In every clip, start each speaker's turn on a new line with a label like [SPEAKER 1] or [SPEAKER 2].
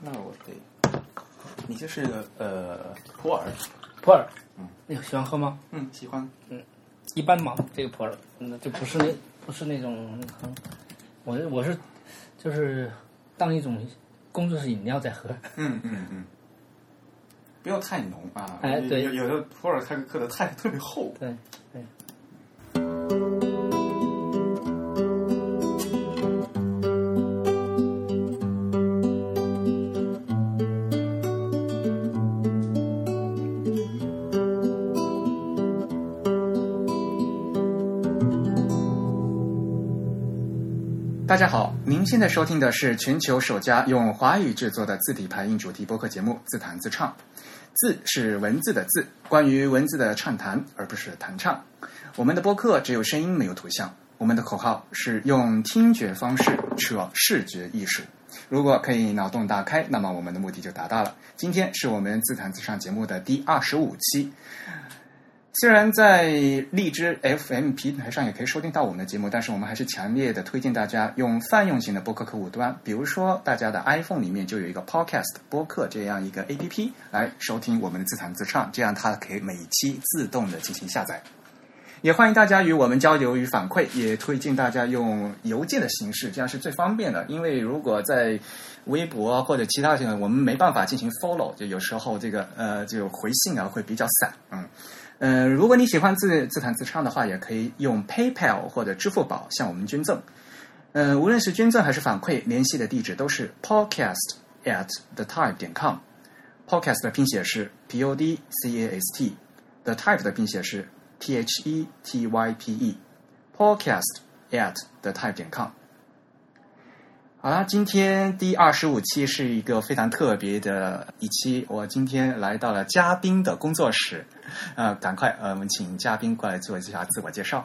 [SPEAKER 1] 那我可以。你就是呃普洱，
[SPEAKER 2] 普洱，哎呦，喜欢喝吗？
[SPEAKER 1] 嗯，喜欢。
[SPEAKER 2] 一般嘛，这个普洱，嗯，就不是那不是那种，嗯我是我是就是当一种工作室饮料在喝，
[SPEAKER 1] 嗯嗯嗯，不要太浓啊。
[SPEAKER 2] 哎
[SPEAKER 1] 有
[SPEAKER 2] 对
[SPEAKER 1] 有有的普洱开个刻的太特别厚。
[SPEAKER 2] 对对。
[SPEAKER 1] 大家好，您现在收听的是全球首家用华语制作的字体排印主题播客节目《自弹自唱》。字是文字的字，关于文字的畅谈，而不是弹唱。我们的播客只有声音，没有图像。我们的口号是用听觉方式扯视觉艺术。如果可以脑洞大开，那么我们的目的就达到了。今天是我们自弹自唱节目的第二十五期，虽然在荔枝 FM 平台上也可以收听到我们的节目，但是我们还是强烈的推荐大家用泛用型的播客客户端，比如说大家的 iPhone 里面就有一个 Podcast 播客这样一个 APP 来收听我们的自弹自唱，这样它可以每期自动的进行下载。也欢迎大家与我们交流与反馈，也推荐大家用邮件的形式，这样是最方便的。因为如果在微博啊或者其他的，我们没办法进行 follow，就有时候这个呃就回信啊会比较散，嗯。呃，如果你喜欢自自弹自唱的话，也可以用 PayPal 或者支付宝向我们捐赠。呃，无论是捐赠还是反馈，联系的地址都是 podcast at the type 点 com。podcast 的拼写是 p o d c a s t，the type 的拼写是 t h e t y p e。podcast at the type 点 com。好啦，今天第二十五期是一个非常特别的一期，我今天来到了嘉宾的工作室。呃，赶快，呃，我们请嘉宾过来做一下自我介绍。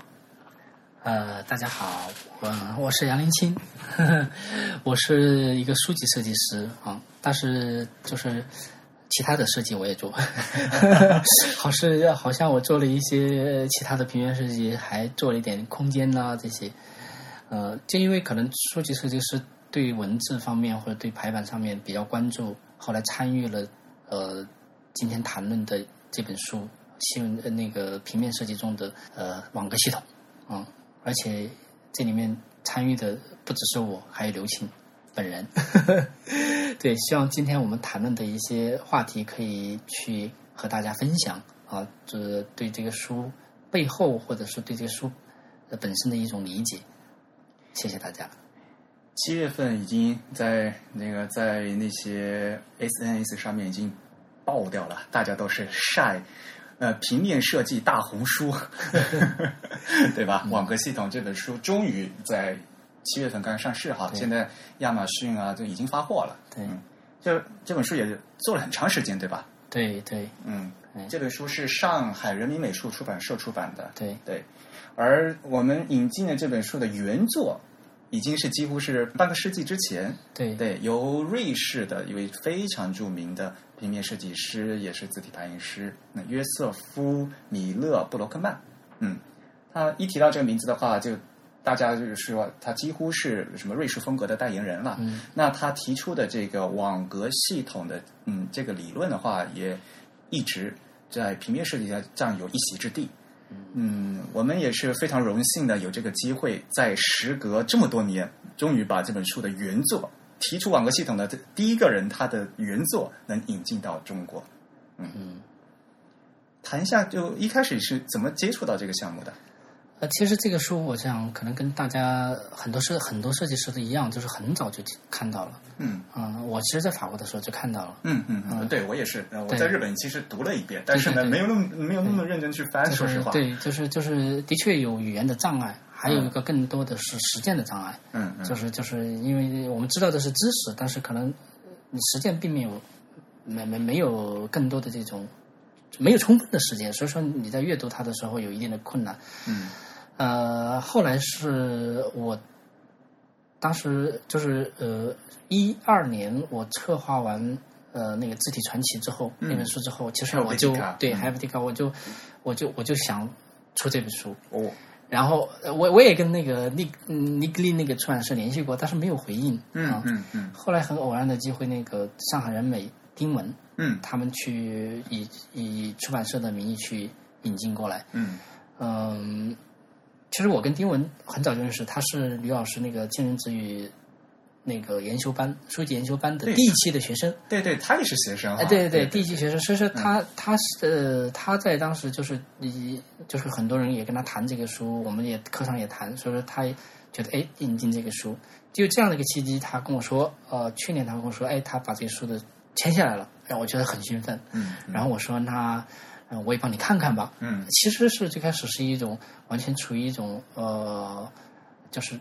[SPEAKER 2] 呃，大家好，我我是杨林青， 我是一个书籍设计师啊，但是就是其他的设计我也做， 好是好像我做了一些其他的平面设计，还做了一点空间呐、这些，呃，就因为可能书籍设计师对文字方面或者对排版上面比较关注，后来参与了呃今天谈论的这本书新闻呃那个平面设计中的呃网格系统。嗯，而且这里面参与的不只是我，还有刘琴本人。对，希望今天我们谈论的一些话题可以去和大家分享啊，就是对这个书背后或者是对这个书呃本身的一种理解。谢谢大家。
[SPEAKER 1] 七月份已经在那个在那些 SNS 上面已经爆掉了，大家都是晒呃平面设计大红书， 对
[SPEAKER 2] 嗯
[SPEAKER 1] 吧？网格系统这本书终于在七月份刚上市哈，
[SPEAKER 2] 对
[SPEAKER 1] 现在亚马逊啊就已经发货了。
[SPEAKER 2] 对
[SPEAKER 1] 嗯，就这本书也做了很长时间，对吧？
[SPEAKER 2] 对对
[SPEAKER 1] 嗯
[SPEAKER 2] 哎，
[SPEAKER 1] 这本书是上海人民美术出版社出版的，
[SPEAKER 2] 对，
[SPEAKER 1] 对，而我们引进的这本书的原作，已经是几乎是半个世纪之前，
[SPEAKER 2] 对
[SPEAKER 1] 对，由瑞士的一位非常著名的平面设计师，也是字体排印师，那约瑟夫·米勒·布罗克曼，嗯，他一提到这个名字的话，就大家就是说他几乎是什么瑞士风格的代言人了。
[SPEAKER 2] 嗯
[SPEAKER 1] 那他提出的这个网格系统的嗯这个理论的话，也一直在平面设计界占有一席之地。嗯，我们也是非常荣幸的有这个机会，在时隔这么多年，终于把这本书的原作提出网格系统的第一个人，他的原作能引进到中国。
[SPEAKER 2] 嗯。
[SPEAKER 1] 谈一下，就一开始是怎么接触到这个项目的？
[SPEAKER 2] 呃，其实这个书，我想可能跟大家很多设很多设计师都一样，就是很早就看到了。
[SPEAKER 1] 嗯
[SPEAKER 2] 嗯，我其实，在法国的时候就看到了。
[SPEAKER 1] 嗯嗯，嗯，
[SPEAKER 2] 嗯
[SPEAKER 1] 对我也是，呃我
[SPEAKER 2] 对
[SPEAKER 1] 在日本其实读了一遍，但是呢，
[SPEAKER 2] 对对
[SPEAKER 1] 没有那么没有那么认真去翻，
[SPEAKER 2] 就是
[SPEAKER 1] 哎说实话。
[SPEAKER 2] 对，就是就是，的确有语言的障碍，还有一个更多的是实践的障碍，
[SPEAKER 1] 嗯嗯，
[SPEAKER 2] 就是就是因为我们知道的是知识，但是可能你实践并没有没没没有更多的这种没有充分的时间，所以说你在阅读它的时候有一定的困难。
[SPEAKER 1] 嗯
[SPEAKER 2] 呃，后来是我当时就是呃一二年我策划完呃那个字体传奇之后、
[SPEAKER 1] 嗯
[SPEAKER 2] 那本书之后，其实
[SPEAKER 1] 还有
[SPEAKER 2] 我就
[SPEAKER 1] Vetica，
[SPEAKER 2] 对
[SPEAKER 1] 嗯
[SPEAKER 2] 还有 v 迪卡，我就我就我就想出这本书，
[SPEAKER 1] 哦，
[SPEAKER 2] 然后呃我我也跟那个尼尼格利那个出版社联系过，但是没有回应。
[SPEAKER 1] 嗯
[SPEAKER 2] 啊
[SPEAKER 1] 嗯嗯
[SPEAKER 2] 后来很偶然的机会，那个上海人美丁文
[SPEAKER 1] 嗯
[SPEAKER 2] 他们去以以出版社的名义去引进过来。
[SPEAKER 1] 嗯
[SPEAKER 2] 嗯，其实我跟丁文很早就认识，他是吕老师那个见人子语那个呃研修班书籍研修班的
[SPEAKER 1] 对
[SPEAKER 2] 第一期的学生。
[SPEAKER 1] 对对，他也是学生哈。
[SPEAKER 2] 哎，对
[SPEAKER 1] 啊对嗯
[SPEAKER 2] 对，第一期学生，所以说他他是呃他在当时就是以就是很多人也跟他谈这个书，我们也课上也谈，所以说他也觉得哎引进这个书，就这样的一个契机，他跟我说，呃，去年他跟我说，哎，他把这个书的签下来了，让我觉得很兴奋。
[SPEAKER 1] 嗯
[SPEAKER 2] 然后我说那、呃我也帮你看看吧，
[SPEAKER 1] 嗯
[SPEAKER 2] 其实是最开始是一种完全处于一种呃，就是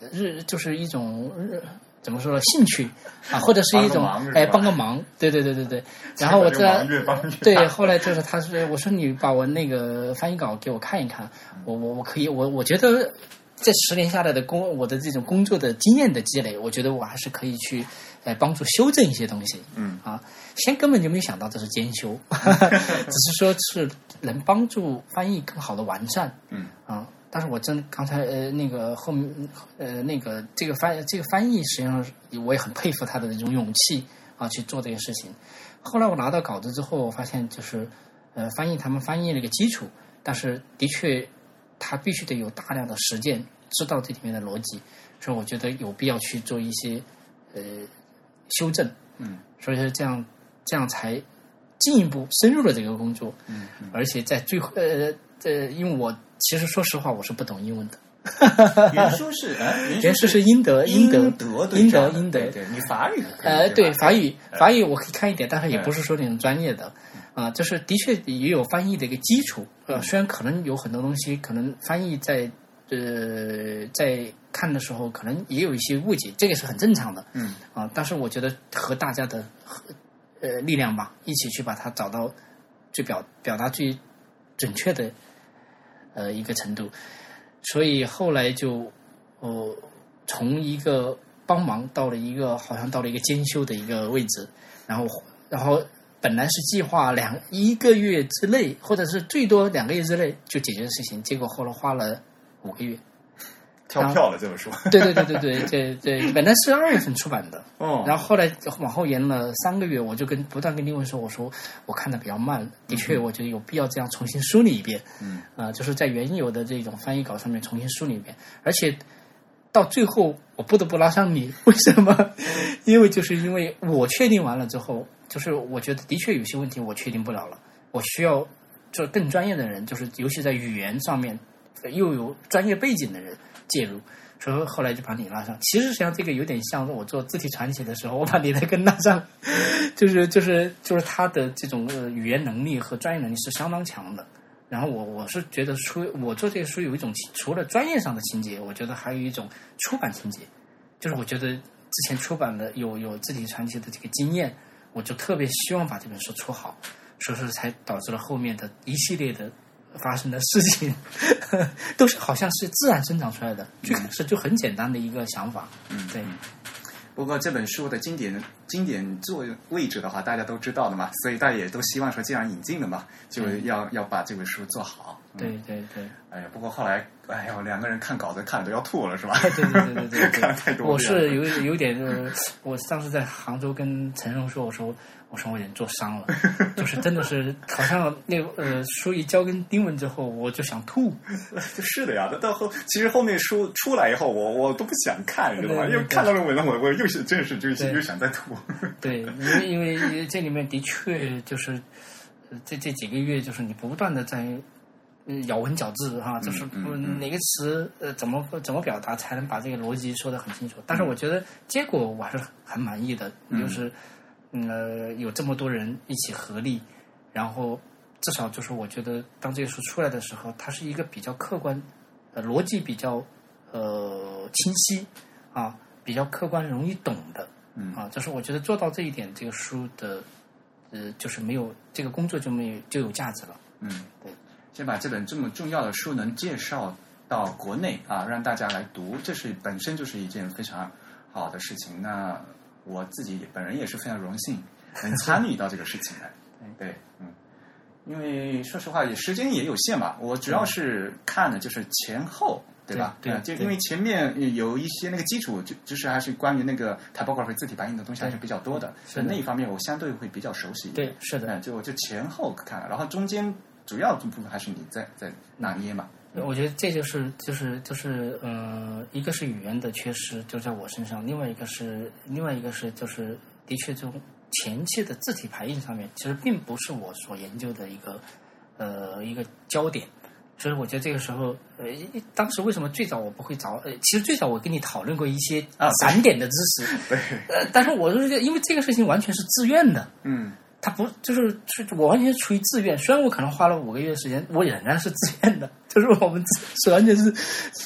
[SPEAKER 2] 呃日就是一种日怎么说呢兴趣啊，或者是一种
[SPEAKER 1] 帮个忙是吧
[SPEAKER 2] 哎帮个忙，对对对对对。然后我
[SPEAKER 1] 这
[SPEAKER 2] 这
[SPEAKER 1] 越 帮越大
[SPEAKER 2] 对后来就是他说我说你把我那个翻译稿给我看一看，我我我可以我我觉得。这十年下来的工，我的这种工作的经验的积累，我觉得我还是可以去，呃，帮助修正一些东西。
[SPEAKER 1] 嗯
[SPEAKER 2] 啊，先根本就没有想到这是兼修，只是说是能帮助翻译更好的完善
[SPEAKER 1] 嗯
[SPEAKER 2] 啊。但是我真刚才呃那个后面呃那个这个翻这个翻译，实际上是我也很佩服他的那种勇气啊去做这个事情。后来我拿到稿子之后，我发现就是呃翻译他们翻译了一个基础，但是的确他必须得有大量的实践，知道这里面的逻辑，所以我觉得有必要去做一些呃修正。
[SPEAKER 1] 嗯
[SPEAKER 2] 所以说这样这样才进一步深入了这个工作，
[SPEAKER 1] 嗯嗯，
[SPEAKER 2] 而且在最后呃呃，因为我其实说实话我是不懂英文的，
[SPEAKER 1] 原书是哎
[SPEAKER 2] 原书是英德英德
[SPEAKER 1] 德对
[SPEAKER 2] 英
[SPEAKER 1] 上
[SPEAKER 2] 德
[SPEAKER 1] 的
[SPEAKER 2] 英德
[SPEAKER 1] 对，对你法语可以
[SPEAKER 2] 呃，对，
[SPEAKER 1] 吧
[SPEAKER 2] 法语
[SPEAKER 1] 呃
[SPEAKER 2] 法语我可以看一点，但是也
[SPEAKER 1] 对
[SPEAKER 2] 不是说那种专业的，啊、就是的确也有翻译的一个基础，呃，虽然可能有很多东西，可能翻译在呃在看的时候，可能也有一些误解，这个是很正常的，
[SPEAKER 1] 嗯
[SPEAKER 2] 啊、但是我觉得和大家的和呃力量吧，一起去把它找到最表表达最准确的呃一个程度，所以后来就呃从一个帮忙到了一个好像到了一个兼修的一个位置，然后然后本来是计划两一个月之内，或者是最多两个月之内就解决的事情，结果后来花了五个月。
[SPEAKER 1] 跳票了这么说
[SPEAKER 2] 对对对对对对对，本来是二月份出版的，
[SPEAKER 1] 哦
[SPEAKER 2] 然后后来往后延了三个月，我就跟不断跟丁文说，我说我看的比较慢，的确我觉得有必要这样重新梳理一遍，
[SPEAKER 1] 嗯
[SPEAKER 2] 啊、就是在原有的这种翻译稿上面重新梳理一遍，而且到最后我不得不拉上你，为什么？因为就是因为我确定完了之后，就是我觉得的确有些问题我确定不了了，我需要就更专业的人，就是尤其在语言上面呃又有专业背景的人介入。所以后来就把你拉上。其实实际上这个有点像我做字体传奇的时候，我把你那个拉上，就是就是就是他的这种呃语言能力和专业能力是相当强的。然后我我是觉得出我做这个书有一种情除了专业上的情节，我觉得还有一种出版情节，就是我觉得之前出版的有有字体传奇的这个经验，我就特别希望把这本书出好，所以说才导致了后面的一系列的发生的事情， 都是好像是自然生长出来的，最开始就很简单的一个想法，
[SPEAKER 1] 嗯
[SPEAKER 2] 对，
[SPEAKER 1] 不过这本书的经典经典作用位置的话，大家都知道的嘛，所以大家也都希望说，既然引进了嘛，就
[SPEAKER 2] 嗯
[SPEAKER 1] 要、要把这本书做好。嗯，
[SPEAKER 2] 对对对。
[SPEAKER 1] 哎呀，不过后来，哎呦，两个人看稿子看的都要吐了，是吧？
[SPEAKER 2] 对对对对
[SPEAKER 1] 看
[SPEAKER 2] 对
[SPEAKER 1] 太多
[SPEAKER 2] 对，
[SPEAKER 1] 遍了
[SPEAKER 2] 我是 有有点，呃我上次在杭州跟陈荣说，我说我说我有点做伤了，就是真的是好像那个呃书一交跟丁文之后，我就想吐，
[SPEAKER 1] 是的呀，那到后其实后面书出来以后，我我都不想看，你知道吗？
[SPEAKER 2] 对对
[SPEAKER 1] 因
[SPEAKER 2] 对
[SPEAKER 1] 为看到了文章，我我又是真是就是
[SPEAKER 2] 对
[SPEAKER 1] 又想再吐。
[SPEAKER 2] 对，因为因为这里面的确就是呃这这几个月，就是你不断的在嗯咬文嚼字哈，就是
[SPEAKER 1] 嗯
[SPEAKER 2] 不
[SPEAKER 1] 嗯
[SPEAKER 2] 哪个词呃怎么怎么表达才能把这个逻辑说得很清楚。但是我觉得结果我还是很满意的，
[SPEAKER 1] 嗯
[SPEAKER 2] 就是嗯呃有这么多人一起合力，然后至少就是我觉得当这个书出来的时候，它是一个比较客观，呃逻辑比较呃清晰啊，比较客观容易懂的。
[SPEAKER 1] 嗯
[SPEAKER 2] 啊，就是我觉得做到这一点，这个书的，呃，就是没有这个工作就没有就有价值了。
[SPEAKER 1] 嗯，
[SPEAKER 2] 对，
[SPEAKER 1] 先把这本这么重要的书能介绍到国内啊，让大家来读，这是本身就是一件非常好的事情。那我自己本人也是非常荣幸能参与到这个事情来。对，嗯，因为说实话也时间也有限嘛，我主要是看的就是前后。对吧？
[SPEAKER 2] 对
[SPEAKER 1] 啊
[SPEAKER 2] 对
[SPEAKER 1] 就因为前面有一些那个基础，就就是还是关于那个 typography 字体排印的东西还是比较多的，
[SPEAKER 2] 是的
[SPEAKER 1] 那一方面我相对会比较熟悉一点。
[SPEAKER 2] 对，是的，
[SPEAKER 1] 嗯，就就前后看，然后中间主要部分还是你在在拿捏嘛。
[SPEAKER 2] 我觉得这就是就是就是呃，一个是语言的缺失，就在我身上；，另外一个是另外一个是就是的确从前期的字体排印上面，其实并不是我所研究的一个呃一个焦点。所以我觉得这个时候，呃，一一当时为什么最早我不会找？呃，其实最早我跟你讨论过一些
[SPEAKER 1] 啊对
[SPEAKER 2] 散点的知识，
[SPEAKER 1] 对，
[SPEAKER 2] 呃，但是我就是觉得因为这个事情完全是自愿的，
[SPEAKER 1] 嗯，
[SPEAKER 2] 他不就是是我完全出于自愿，虽然我可能花了五个月时间，我仍然是自愿的，就是我们自是完全是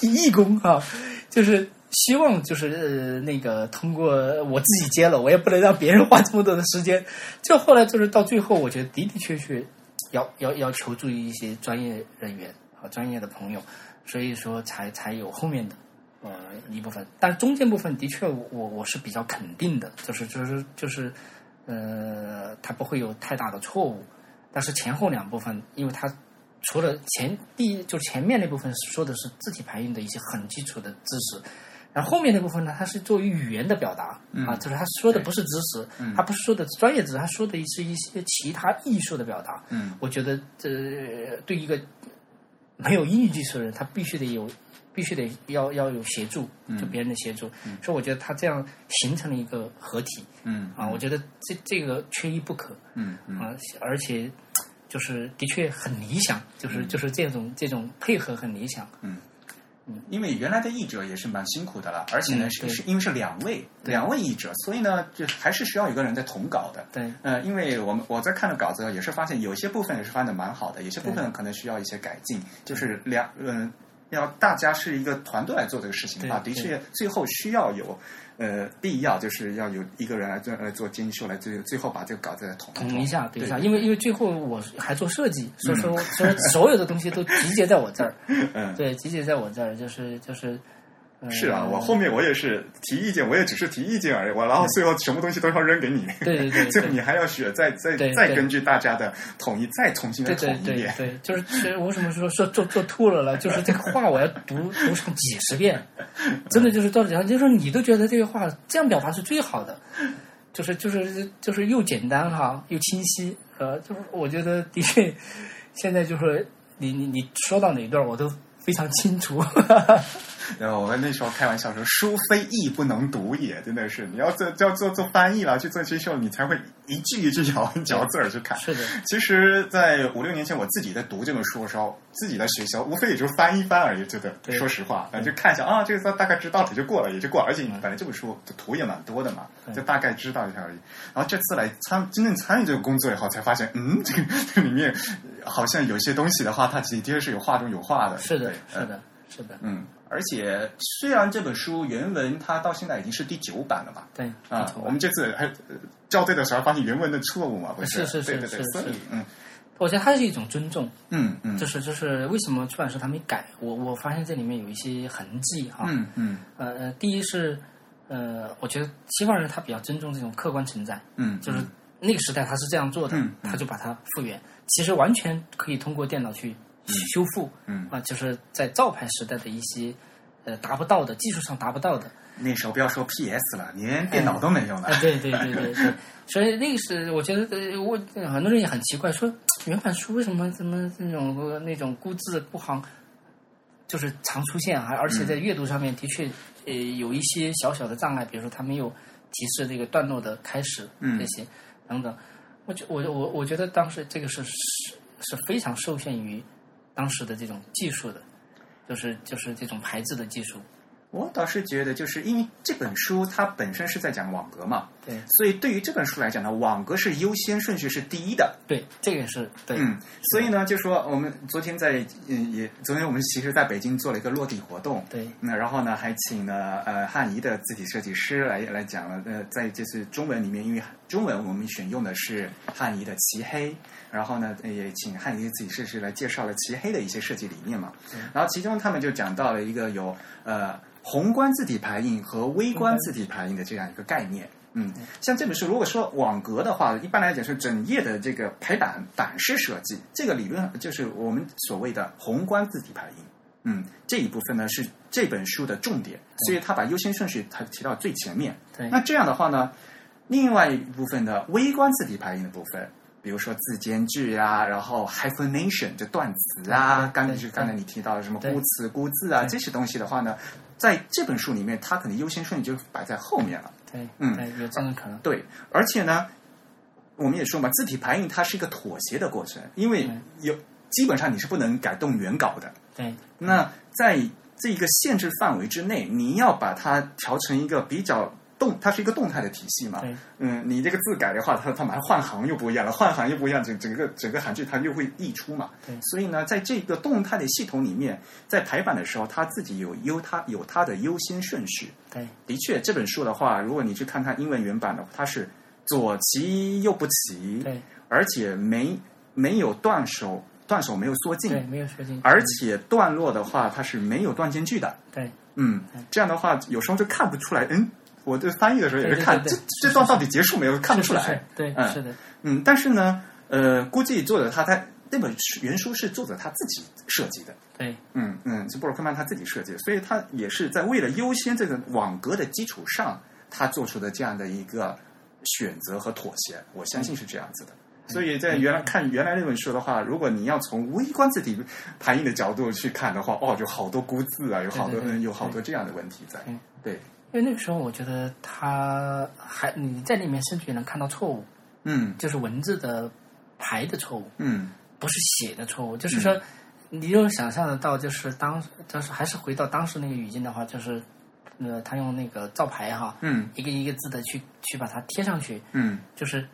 [SPEAKER 2] 义工啊，就是希望就是、呃、那个通过我自己接了，我也不能让别人花这么多的时间。就后来就是到最后，我觉得的的确确要要要求助于一些专业人员和专业的朋友，所以说才才有后面的。呃，一部分，但是中间部分的确我，我我是比较肯定的，就是就是就是，呃，它不会有太大的错误。但是前后两部分，因为它除了前第一就是前面那部分说的是字体排印的一些很基础的知识，然后后面那部分呢，它是作为语言的表达、
[SPEAKER 1] 嗯
[SPEAKER 2] 啊，就是他说的不是知识，
[SPEAKER 1] 嗯
[SPEAKER 2] 他不是说的专业知识，他说的是一些其他艺术的表达。
[SPEAKER 1] 嗯，
[SPEAKER 2] 我觉得这、呃对一个没有英语基础的人，他必须得有，必须得要要有协助，就别人的协助。所以我觉得他这样形成了一个合体
[SPEAKER 1] 嗯，
[SPEAKER 2] 啊，我觉得这这个缺一不可
[SPEAKER 1] 嗯，嗯，
[SPEAKER 2] 啊，而且就是的确很理想，
[SPEAKER 1] 嗯
[SPEAKER 2] 就是就是这种这种配合很理想。
[SPEAKER 1] 因为原来的译者也是蛮辛苦的了，而且呢
[SPEAKER 2] 嗯
[SPEAKER 1] 是
[SPEAKER 2] 对
[SPEAKER 1] 是因为是两位两位译者，所以呢就还是需要有个人在统稿的。
[SPEAKER 2] 对，
[SPEAKER 1] 呃，因为我们我在看了稿子，也是发现有些部分也是翻的蛮好的，有些部分可能需要一些改进，就是两嗯、要大家是一个团队来做这个事情的话，的
[SPEAKER 2] 对对
[SPEAKER 1] 确最后需要有呃必要，就是要有一个人来做来做监修，来最最后把这个稿子来统
[SPEAKER 2] 统一一下，对一下，
[SPEAKER 1] 对
[SPEAKER 2] 因为因为最后我还做设计，所以说所以所有的东西都集结在我这儿，
[SPEAKER 1] 嗯。
[SPEAKER 2] 对，集结在我这儿，就是就是。呃
[SPEAKER 1] 是啊，我后面我也是提意见，我也只是提意见而已。我然后最后什么东西都要扔给你，
[SPEAKER 2] 嗯对 对对
[SPEAKER 1] 最后
[SPEAKER 2] 对
[SPEAKER 1] 你还要选，再再
[SPEAKER 2] 对
[SPEAKER 1] 再
[SPEAKER 2] 对
[SPEAKER 1] 根据大家的统一，再重新再
[SPEAKER 2] 对
[SPEAKER 1] 统
[SPEAKER 2] 对
[SPEAKER 1] 一一
[SPEAKER 2] 对
[SPEAKER 1] 遍。
[SPEAKER 2] 对，就是是我为什么说说做做吐了了？就是这个话我要读 读上几十遍，真的就是到底上，就是你都觉得这个话这样表达是最好的，就是就是就是又简单哈，又清晰，呃，就是我觉得的确，现在就是你你你说到哪一段我都非常清楚，
[SPEAKER 1] 然后我们那时候开玩笑说，书非译不能读也，真的是你要做要做做翻译了，去做接秀，你才会一句一句咬 咬字儿去看。
[SPEAKER 2] 是的，
[SPEAKER 1] 其实，在五六年前，我自己在读这本书的时候，自己的学校无非也就翻一翻而已，真的。
[SPEAKER 2] 对
[SPEAKER 1] 说实话，就看一下啊，这个大概知道也就过了，也就过了。而且本来这本书的图也蛮多的嘛，
[SPEAKER 2] 对
[SPEAKER 1] 就大概知道一下而已。然后这次来参真正参与这个工作以后，才发现，嗯，这个这里面好像有些东西的话，它的确是有话中有话的。
[SPEAKER 2] 是的
[SPEAKER 1] 对，呃
[SPEAKER 2] 是的，是的，
[SPEAKER 1] 嗯，而且虽然这本书原文它到现在已经是第九版了吧？
[SPEAKER 2] 对
[SPEAKER 1] 啊
[SPEAKER 2] 低，头
[SPEAKER 1] 我们这次还呃校对的时候还发现原文的错误嘛，不
[SPEAKER 2] 是是
[SPEAKER 1] 对对
[SPEAKER 2] 是
[SPEAKER 1] 对，
[SPEAKER 2] 是
[SPEAKER 1] 所以
[SPEAKER 2] 是
[SPEAKER 1] 嗯
[SPEAKER 2] 我觉得它是一种尊重，
[SPEAKER 1] 嗯嗯
[SPEAKER 2] 就是就是为什么出版社他没改？我我发现这里面有一些痕迹哈，
[SPEAKER 1] 嗯嗯
[SPEAKER 2] 呃，第一是呃，我觉得西方人他比较尊重这种客观存在，
[SPEAKER 1] 嗯，
[SPEAKER 2] 就是那个时代他是这样做的，
[SPEAKER 1] 嗯嗯
[SPEAKER 2] 他就把它复原，其实完全可以通过电脑去修复
[SPEAKER 1] 嗯
[SPEAKER 2] 啊、就是在照牌时代的一些呃达不到的技术上达不到的，
[SPEAKER 1] 那时候不要说 PS 了，连电脑都没有了
[SPEAKER 2] 啊，。对对对对对，所以那个是我觉得呃我很多人也很奇怪，说原版书为什么怎么那种呃那种孤字不行，就是常出现，啊还而且
[SPEAKER 1] 嗯
[SPEAKER 2] 在阅读上面的确呃有一些小小的障碍，比如说它没有提示这个段落的开始
[SPEAKER 1] 嗯
[SPEAKER 2] 这些等等，我觉我我我觉得当时这个是是是非常受限于当时的这种技术的，就是就是这种排字的技术，
[SPEAKER 1] 我倒是觉得，就是因为这本书它本身是在讲网格嘛，
[SPEAKER 2] 对
[SPEAKER 1] 所以对于这本书来讲呢，网格是优先顺序是第一的。
[SPEAKER 2] 对，这个是对。
[SPEAKER 1] 嗯，所以呢，就说我们昨天在嗯也昨天我们其实在北京做了一个落地活动，
[SPEAKER 2] 对，
[SPEAKER 1] 那然后呢，还请了呃汉仪的字体设计师来来讲了。呃，在这次中文里面，因为中文我们选用的是汉仪的齐黑，然后呢，呃也请汉仪的字体设计师来介绍了齐黑的一些设计理念嘛。然后其中他们就讲到了一个有呃宏观字体排印和微观字体排印的这样一个概念。嗯，像这本书，如果说网格的话，一般来讲是整页的这个排版版式设计，这个理论就是我们所谓的宏观字体排印。嗯，这一部分呢是这本书的重点，所以
[SPEAKER 2] 嗯
[SPEAKER 1] 他把优先顺序他提到最前面。
[SPEAKER 2] 对
[SPEAKER 1] 那这样的话呢，另外一部分的微观字体排印的部分，比如说字间距啊，然后 hyphenation 就断词啊，
[SPEAKER 2] 对对
[SPEAKER 1] 刚才就
[SPEAKER 2] 对
[SPEAKER 1] 刚才你提到的什么
[SPEAKER 2] 对
[SPEAKER 1] 孤词、孤字啊
[SPEAKER 2] 对
[SPEAKER 1] 这些东西的话呢，在这本书里面，它可能优先顺序就摆在后面了。
[SPEAKER 2] 对，
[SPEAKER 1] 嗯
[SPEAKER 2] 对，有这种可能。
[SPEAKER 1] 对，而且呢，我们也说嘛，字体排印它是一个妥协的过程，因为
[SPEAKER 2] 嗯
[SPEAKER 1] 有基本上你是不能改动原稿的。
[SPEAKER 2] 对，
[SPEAKER 1] 那在这一个限制范围之内，你要把它调成一个比较动，它是一个动态的体系嘛。
[SPEAKER 2] 对，
[SPEAKER 1] 嗯，你这个字改的话，它它马上换行又不一样了，换行又不一样，整整个整个韩剧它又会溢出嘛。
[SPEAKER 2] 对
[SPEAKER 1] 所以呢，在这个动态的系统里面，在排版的时候，它自己有优它有它的优先顺序。
[SPEAKER 2] 对，
[SPEAKER 1] 的确，这本书的话，如果你去看它英文原版的话，它是左齐右不齐，
[SPEAKER 2] 对，
[SPEAKER 1] 而且没没有断手，断手没有缩
[SPEAKER 2] 对，
[SPEAKER 1] 进，
[SPEAKER 2] 没有说进去。
[SPEAKER 1] 而且段落的话，它是没有断间距的。
[SPEAKER 2] 对，
[SPEAKER 1] 嗯，这样的话，有时候就看不出来。嗯，我对翻译的时候也是
[SPEAKER 2] 对对
[SPEAKER 1] 看
[SPEAKER 2] 对
[SPEAKER 1] 这
[SPEAKER 2] 对是
[SPEAKER 1] 这段到底结束没有，看不出
[SPEAKER 2] 是
[SPEAKER 1] 来。。
[SPEAKER 2] 对
[SPEAKER 1] 嗯，
[SPEAKER 2] 是的，
[SPEAKER 1] 嗯，但是呢，呃，估计作者他他那本书原书是作者他自己设计的。
[SPEAKER 2] 对，
[SPEAKER 1] 嗯嗯，是布鲁克曼他自己设计的，所以他也是在为了优先这个网格的基础上，他做出的这样的一个选择和妥协，我相信是这样子的。
[SPEAKER 2] 嗯
[SPEAKER 1] 所以在原来看原来那本书的话，如果你要从微观字体排印的角度去看的话，哦，有好多孤字啊，有好多
[SPEAKER 2] 对对对
[SPEAKER 1] 有好多这样的问题在。对，
[SPEAKER 2] 因为那个时候我觉得他还你在里面甚至也能看到错误，
[SPEAKER 1] 嗯
[SPEAKER 2] 就是文字的排的错误，
[SPEAKER 1] 嗯
[SPEAKER 2] 不是写的错误，就是说。你又想象得到，就是当，就是还是回到当时那个语境的话，就是，呃，他用那个照牌哈，
[SPEAKER 1] 嗯
[SPEAKER 2] 一个一个字的去去把它贴上去，
[SPEAKER 1] 嗯
[SPEAKER 2] 就是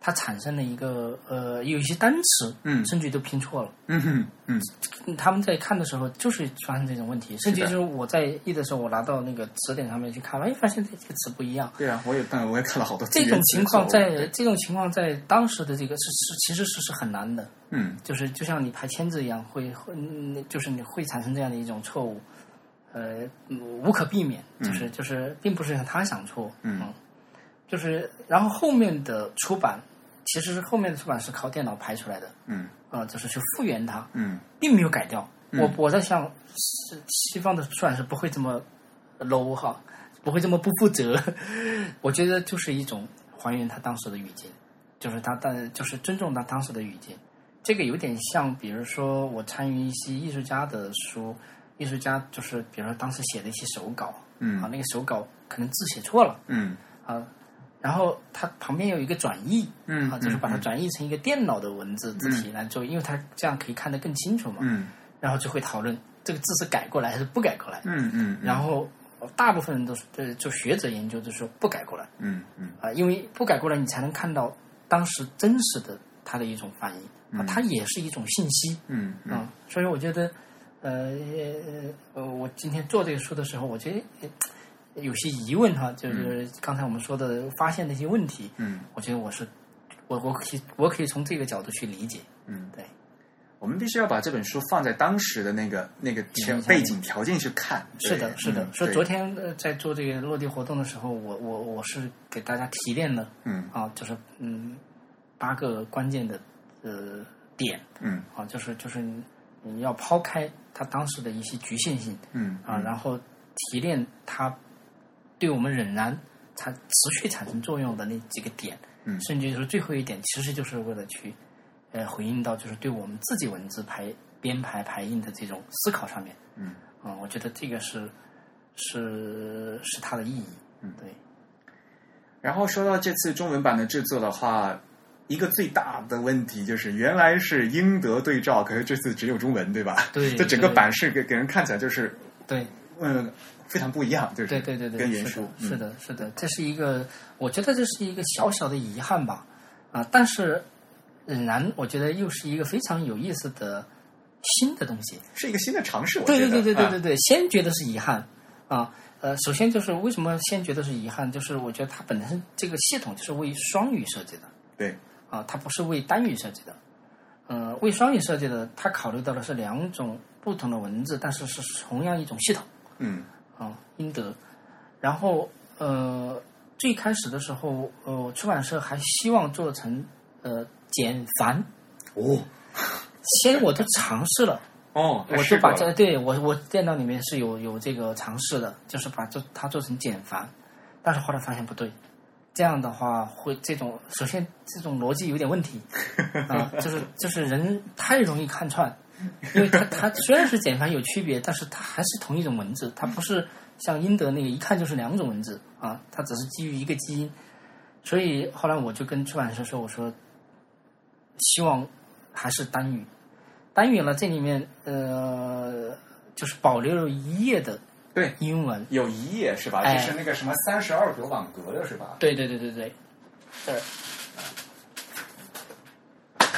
[SPEAKER 2] 它产生了一个呃，有一些单词
[SPEAKER 1] 嗯
[SPEAKER 2] 甚至都拼错了。
[SPEAKER 1] 嗯嗯嗯
[SPEAKER 2] 嗯他们在看的时候就是发生这种问题，甚至
[SPEAKER 1] 是的
[SPEAKER 2] 就是我在译的时候，我拿到那个词典上面去看，哎，发现这个词不一样。
[SPEAKER 1] 对啊，我也但我也看了好多
[SPEAKER 2] 这种情况
[SPEAKER 1] 字眼
[SPEAKER 2] 在这种情况在当时的这个是是其实是是很难的，
[SPEAKER 1] 嗯
[SPEAKER 2] 就是就像你排签字一样，会会嗯就是你会产生这样的一种错误，呃，嗯无可避免，就是就是并不是像他想错，
[SPEAKER 1] 嗯
[SPEAKER 2] 就是然后后面的出版其实是后面的出版是靠电脑排出来的，
[SPEAKER 1] 嗯
[SPEAKER 2] 呃，就是去复原它，
[SPEAKER 1] 嗯
[SPEAKER 2] 并没有改掉。
[SPEAKER 1] 嗯
[SPEAKER 2] 我我在想，西西方的出版社不会这么 low 哈，不会这么不负责。 我觉得就是一种还原他当时的语境，就是他当就是尊重他当时的语境。这个有点像，比如说我参与一些艺术家的书，艺术家就是比如说当时写的一些手稿啊，
[SPEAKER 1] 嗯
[SPEAKER 2] 那个手稿可能字写错了
[SPEAKER 1] 嗯
[SPEAKER 2] 啊，然后它旁边有一个转译
[SPEAKER 1] 嗯
[SPEAKER 2] 啊，就是把它转译成一个电脑的文字字体来做，因为它这样可以看得更清楚嘛。
[SPEAKER 1] 嗯
[SPEAKER 2] 然后就会讨论这个字是改过来还是不改过来。
[SPEAKER 1] 嗯嗯，
[SPEAKER 2] 然后大部分人都是呃，就学者研究就说不改过来啊、
[SPEAKER 1] 嗯嗯
[SPEAKER 2] 因为不改过来你才能看到当时真实的它的一种反应啊、它也是一种信息
[SPEAKER 1] 嗯
[SPEAKER 2] 啊、
[SPEAKER 1] 嗯
[SPEAKER 2] 所以我觉得呃呃，我今天做这个书的时候，我觉得。呃有些疑问哈，就是刚才我们说的发现的一些问题，
[SPEAKER 1] 嗯。
[SPEAKER 2] 我觉得我是，我我可以我可以从这个角度去理解，
[SPEAKER 1] 嗯，
[SPEAKER 2] 对，
[SPEAKER 1] 我们必须要把这本书放在当时的那个那个条
[SPEAKER 2] 嗯
[SPEAKER 1] 背景条件去看。
[SPEAKER 2] 是的，
[SPEAKER 1] 对
[SPEAKER 2] 是的。
[SPEAKER 1] 嗯
[SPEAKER 2] 所以
[SPEAKER 1] 对
[SPEAKER 2] 昨天呃在做这个落地活动的时候，我我我是给大家提炼了
[SPEAKER 1] 嗯
[SPEAKER 2] 啊，就是嗯八个关键的呃点
[SPEAKER 1] 嗯
[SPEAKER 2] 啊，就是就是你你要抛开他当时的一些局限性
[SPEAKER 1] 嗯
[SPEAKER 2] 啊，然后提炼它对我们仍然它持续产生作用的那几个点，
[SPEAKER 1] 嗯
[SPEAKER 2] 甚至就是最后一点，其实就是为了去呃回应到就是对我们自己文字排编排排印的这种思考上面。
[SPEAKER 1] 嗯
[SPEAKER 2] 嗯，我觉得这个是是是它的意义。
[SPEAKER 1] 嗯
[SPEAKER 2] 对，
[SPEAKER 1] 然后说到这次中文版的制作的话，一个最大的问题就是原来是英德对照，可是这次只有中文，对吧？
[SPEAKER 2] 对
[SPEAKER 1] 这整个
[SPEAKER 2] 对
[SPEAKER 1] 版式给给人看起来就是
[SPEAKER 2] 对，
[SPEAKER 1] 嗯非常不一样，就是
[SPEAKER 2] 对，对，对，对，
[SPEAKER 1] 跟原
[SPEAKER 2] 是
[SPEAKER 1] 书嗯
[SPEAKER 2] 的是的，是的，这是一个，我觉得这是一个小小的遗憾吧，啊，但是仍然我觉得又是一个非常有意思的新的东西。
[SPEAKER 1] 是一个新的尝试。我
[SPEAKER 2] 对
[SPEAKER 1] 觉
[SPEAKER 2] 对
[SPEAKER 1] 得
[SPEAKER 2] 对对对
[SPEAKER 1] 啊
[SPEAKER 2] 对对，先觉得是遗憾啊。呃，首先就是为什么先觉得是遗憾，就是我觉得它本身这个系统就是为双语设计的
[SPEAKER 1] 对，
[SPEAKER 2] 啊，它不是为单语设计的。呃，为双语设计的，它考虑到的是两种不同的文字，但是是同样一种系统
[SPEAKER 1] 嗯
[SPEAKER 2] 啊，英德。然后呃，最开始的时候，呃，出版社还希望做成呃简繁，
[SPEAKER 1] 哦
[SPEAKER 2] 先我都尝试了，
[SPEAKER 1] 哦，
[SPEAKER 2] 我就把这对我我电脑里面是有有这个尝试的，就是把这它做成简繁，但是后来发现不对，这样的话会这种首先这种逻辑有点问题啊、就是就是人太容易看串，因为它它虽然是简繁有区别，但是它还是同一种文字，它不是像英德那个一看就是两种文字啊，它只是基于一个基因，所以后来我就跟出版社说，我说希望还是单语。单语呢，这里面呃，就是保留了一页的
[SPEAKER 1] 对
[SPEAKER 2] 英文。
[SPEAKER 1] 有一页是吧？
[SPEAKER 2] 哎
[SPEAKER 1] 就是那个什么三十二格网格的是吧？
[SPEAKER 2] 对对对对对，对。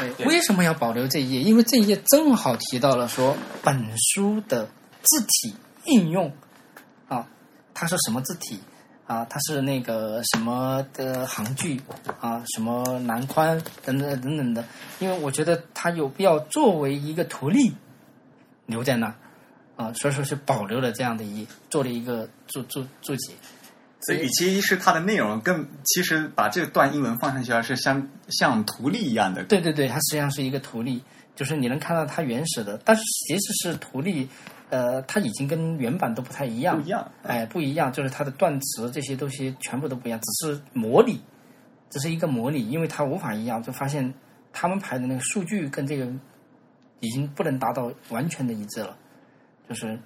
[SPEAKER 1] 对
[SPEAKER 2] 对，为什么要保留这一页？因为这一页正好提到了说本书的字体应用啊，它是什么字体啊？它是那个什么的行距啊，什么栏宽等等等等的。因为我觉得它有必要作为一个图例留在那儿啊，所以说是保留了这样的一页，做了一个注注注解。
[SPEAKER 1] 所以，与其是它的内容，更其实把这段英文放上去啊，是像像图例一样的。
[SPEAKER 2] 对对对，它实际上是一个图例，就是你能看到它原始的，但是其实是图例，呃，它已经跟原版都不太一样，
[SPEAKER 1] 不一样
[SPEAKER 2] 哎，不一样，就是它的断词这些东西全部都不一样，只是模拟，只是一个模拟，因为它无法一样，就发现他们排的那个数据跟这个已经不能达到完全的一致了，就是，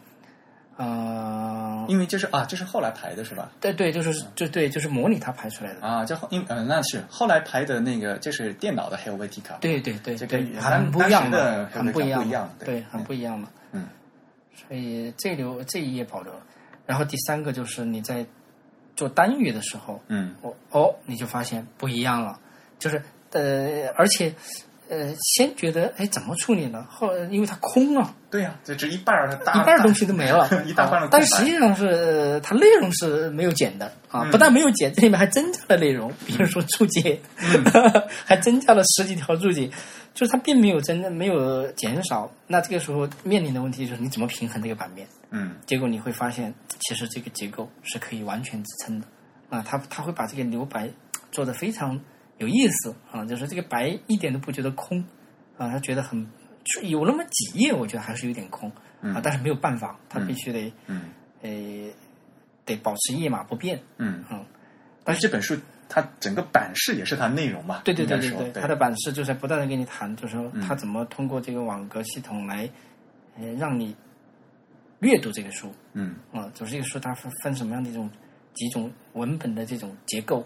[SPEAKER 2] 呃，
[SPEAKER 1] 因为这是啊，这是后来排的是吧？
[SPEAKER 2] 对对，就是就对，就是模拟它排出来的，
[SPEAKER 1] 啊，这后因呃那是后来排的那个，这是电脑的 Helvetica。
[SPEAKER 2] 对对对
[SPEAKER 1] 这
[SPEAKER 2] 对
[SPEAKER 1] 跟，当
[SPEAKER 2] 很不一样
[SPEAKER 1] 当时的
[SPEAKER 2] 嘛，很不
[SPEAKER 1] 不
[SPEAKER 2] 一
[SPEAKER 1] 一
[SPEAKER 2] 样
[SPEAKER 1] 样
[SPEAKER 2] 嘛，
[SPEAKER 1] 对
[SPEAKER 2] 对，很不一样嘛。
[SPEAKER 1] 嗯，
[SPEAKER 2] 所以这留这一页保留了。然后第三个就是你在做单语的时候，
[SPEAKER 1] 嗯，
[SPEAKER 2] 哦哦，你就发现不一样了，就是呃，而且呃，先觉得哎怎么处理呢？后来因为它空啊，
[SPEAKER 1] 对呀、这只一半儿，大，
[SPEAKER 2] 一半儿东西都没了
[SPEAKER 1] 一大半儿的
[SPEAKER 2] 啊
[SPEAKER 1] 空
[SPEAKER 2] 但
[SPEAKER 1] 白
[SPEAKER 2] 实际上是呃它内容是没有减的啊，
[SPEAKER 1] 嗯
[SPEAKER 2] 不但没有减，这里面还增加了内容，比如说注解，
[SPEAKER 1] 嗯
[SPEAKER 2] 还增加了十几条注解，就是它并没有真的没有减少。那这个时候面临的问题就是你怎么平衡这个版面？
[SPEAKER 1] 嗯，
[SPEAKER 2] 结果你会发现，其实这个结构是可以完全支撑的啊，它它会把这个留白做得非常有意思啊，就是这个白一点都不觉得空啊，他觉得很有那么几页，我觉得还是有点空啊，但是没有办法，他必须得、
[SPEAKER 1] 嗯
[SPEAKER 2] 呃得保持页码不变，
[SPEAKER 1] 嗯，
[SPEAKER 2] 嗯，
[SPEAKER 1] 但是这本书它整个版式也是它内容嘛？
[SPEAKER 2] 对对对
[SPEAKER 1] 应该
[SPEAKER 2] 对
[SPEAKER 1] 说
[SPEAKER 2] 对，
[SPEAKER 1] 对，
[SPEAKER 2] 它的版式就是不断的跟你谈，就是说
[SPEAKER 1] 嗯
[SPEAKER 2] 它怎么通过这个网格系统来呃让你阅读这个书，
[SPEAKER 1] 嗯
[SPEAKER 2] 啊，总是一个书它分分什么样的一种几种文本的这种结构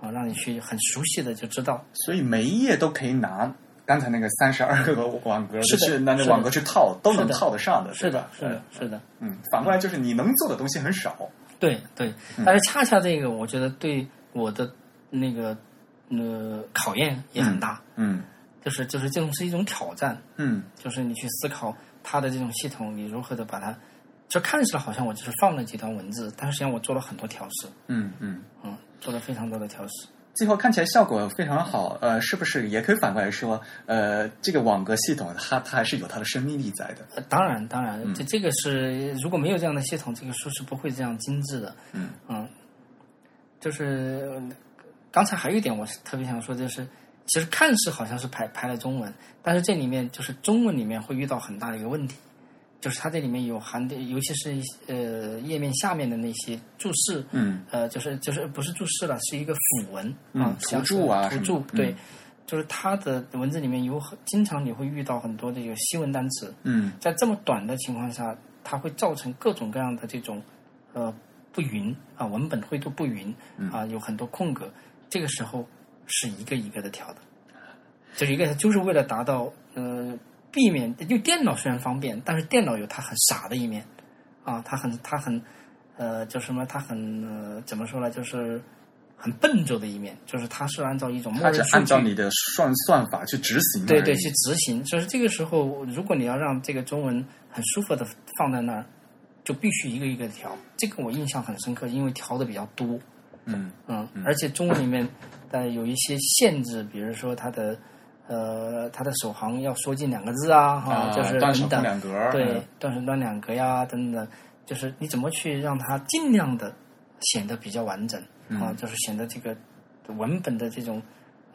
[SPEAKER 2] 啊，让你去很熟悉的就知道。
[SPEAKER 1] 所以每一页都可以拿刚才那个三十二个网格，
[SPEAKER 2] 是
[SPEAKER 1] 就
[SPEAKER 2] 的
[SPEAKER 1] 是拿那
[SPEAKER 2] 是的
[SPEAKER 1] 网格去套，都能
[SPEAKER 2] 是的
[SPEAKER 1] 套得上的，
[SPEAKER 2] 是
[SPEAKER 1] 对
[SPEAKER 2] 的
[SPEAKER 1] 吧，
[SPEAKER 2] 是的，，是的，
[SPEAKER 1] 嗯，反过来就是你能做的东西很少，
[SPEAKER 2] 对对。但是恰恰这个，我觉得对我的那个呃考验也很大，
[SPEAKER 1] 嗯
[SPEAKER 2] 就是就是这种是一种挑战，
[SPEAKER 1] 嗯
[SPEAKER 2] 就是你去思考它的这种系统，你如何的把它。就看起来好像我就是放了几段文字，但实际上我做了很多调试，
[SPEAKER 1] 嗯嗯，
[SPEAKER 2] 嗯，做了非常多的调试。
[SPEAKER 1] 最后看起来效果非常好，呃，是不是也可以反过来说，呃，这个网格系统它它还是有它的生命力在的，
[SPEAKER 2] 呃当然，当然，
[SPEAKER 1] 嗯
[SPEAKER 2] 这这个是如果没有这样的系统，这个书是不会这样精致的。
[SPEAKER 1] 嗯
[SPEAKER 2] 就是呃刚才还有一点，我是特别想说，就是其实看似好像是排排了中文，但是这里面就是中文里面会遇到很大的一个问题，就是它这里面有含的，尤其是一些呃页面下面的那些注释，
[SPEAKER 1] 嗯
[SPEAKER 2] 呃，就是就是不是注释了，是一个辅文
[SPEAKER 1] 嗯
[SPEAKER 2] 啊，
[SPEAKER 1] 图
[SPEAKER 2] 像是
[SPEAKER 1] 注啊
[SPEAKER 2] 图
[SPEAKER 1] 什么
[SPEAKER 2] 注
[SPEAKER 1] 嗯
[SPEAKER 2] 对，就是它的文字里面有很经常你会遇到很多这个西文单词，
[SPEAKER 1] 嗯
[SPEAKER 2] 在这么短的情况下，它会造成各种各样的这种呃不匀啊，文本灰度不匀
[SPEAKER 1] 嗯
[SPEAKER 2] 啊，有很多空格。这个时候是一个一个的调的，就是一个就是为了达到呃避免，因为电脑虽然方便，但是电脑有它很傻的一面啊，它很它很呃，就是什么，它很呃怎么说呢，就是很笨拙的一面，就是它是按照一种默
[SPEAKER 1] 它
[SPEAKER 2] 认
[SPEAKER 1] 只
[SPEAKER 2] 数
[SPEAKER 1] 按照
[SPEAKER 2] 据
[SPEAKER 1] 你的算算法去执行而已，
[SPEAKER 2] 对对，去执行。就是这个时候，如果你要让这个中文很舒服的放在那儿，就必须一个一个地调。这个我印象很深刻，因为调的比较多，
[SPEAKER 1] 嗯
[SPEAKER 2] 嗯，而且中文里面呃有一些限制，比如说它的呃它的首行要缩进两个字啊，哈、
[SPEAKER 1] 啊，
[SPEAKER 2] 就是
[SPEAKER 1] 断手空
[SPEAKER 2] 等等，
[SPEAKER 1] 两格，
[SPEAKER 2] 对
[SPEAKER 1] 嗯，
[SPEAKER 2] 断省端两格呀，等等，就是你怎么去让它尽量的显得比较完整啊，就是显得这个文本的这种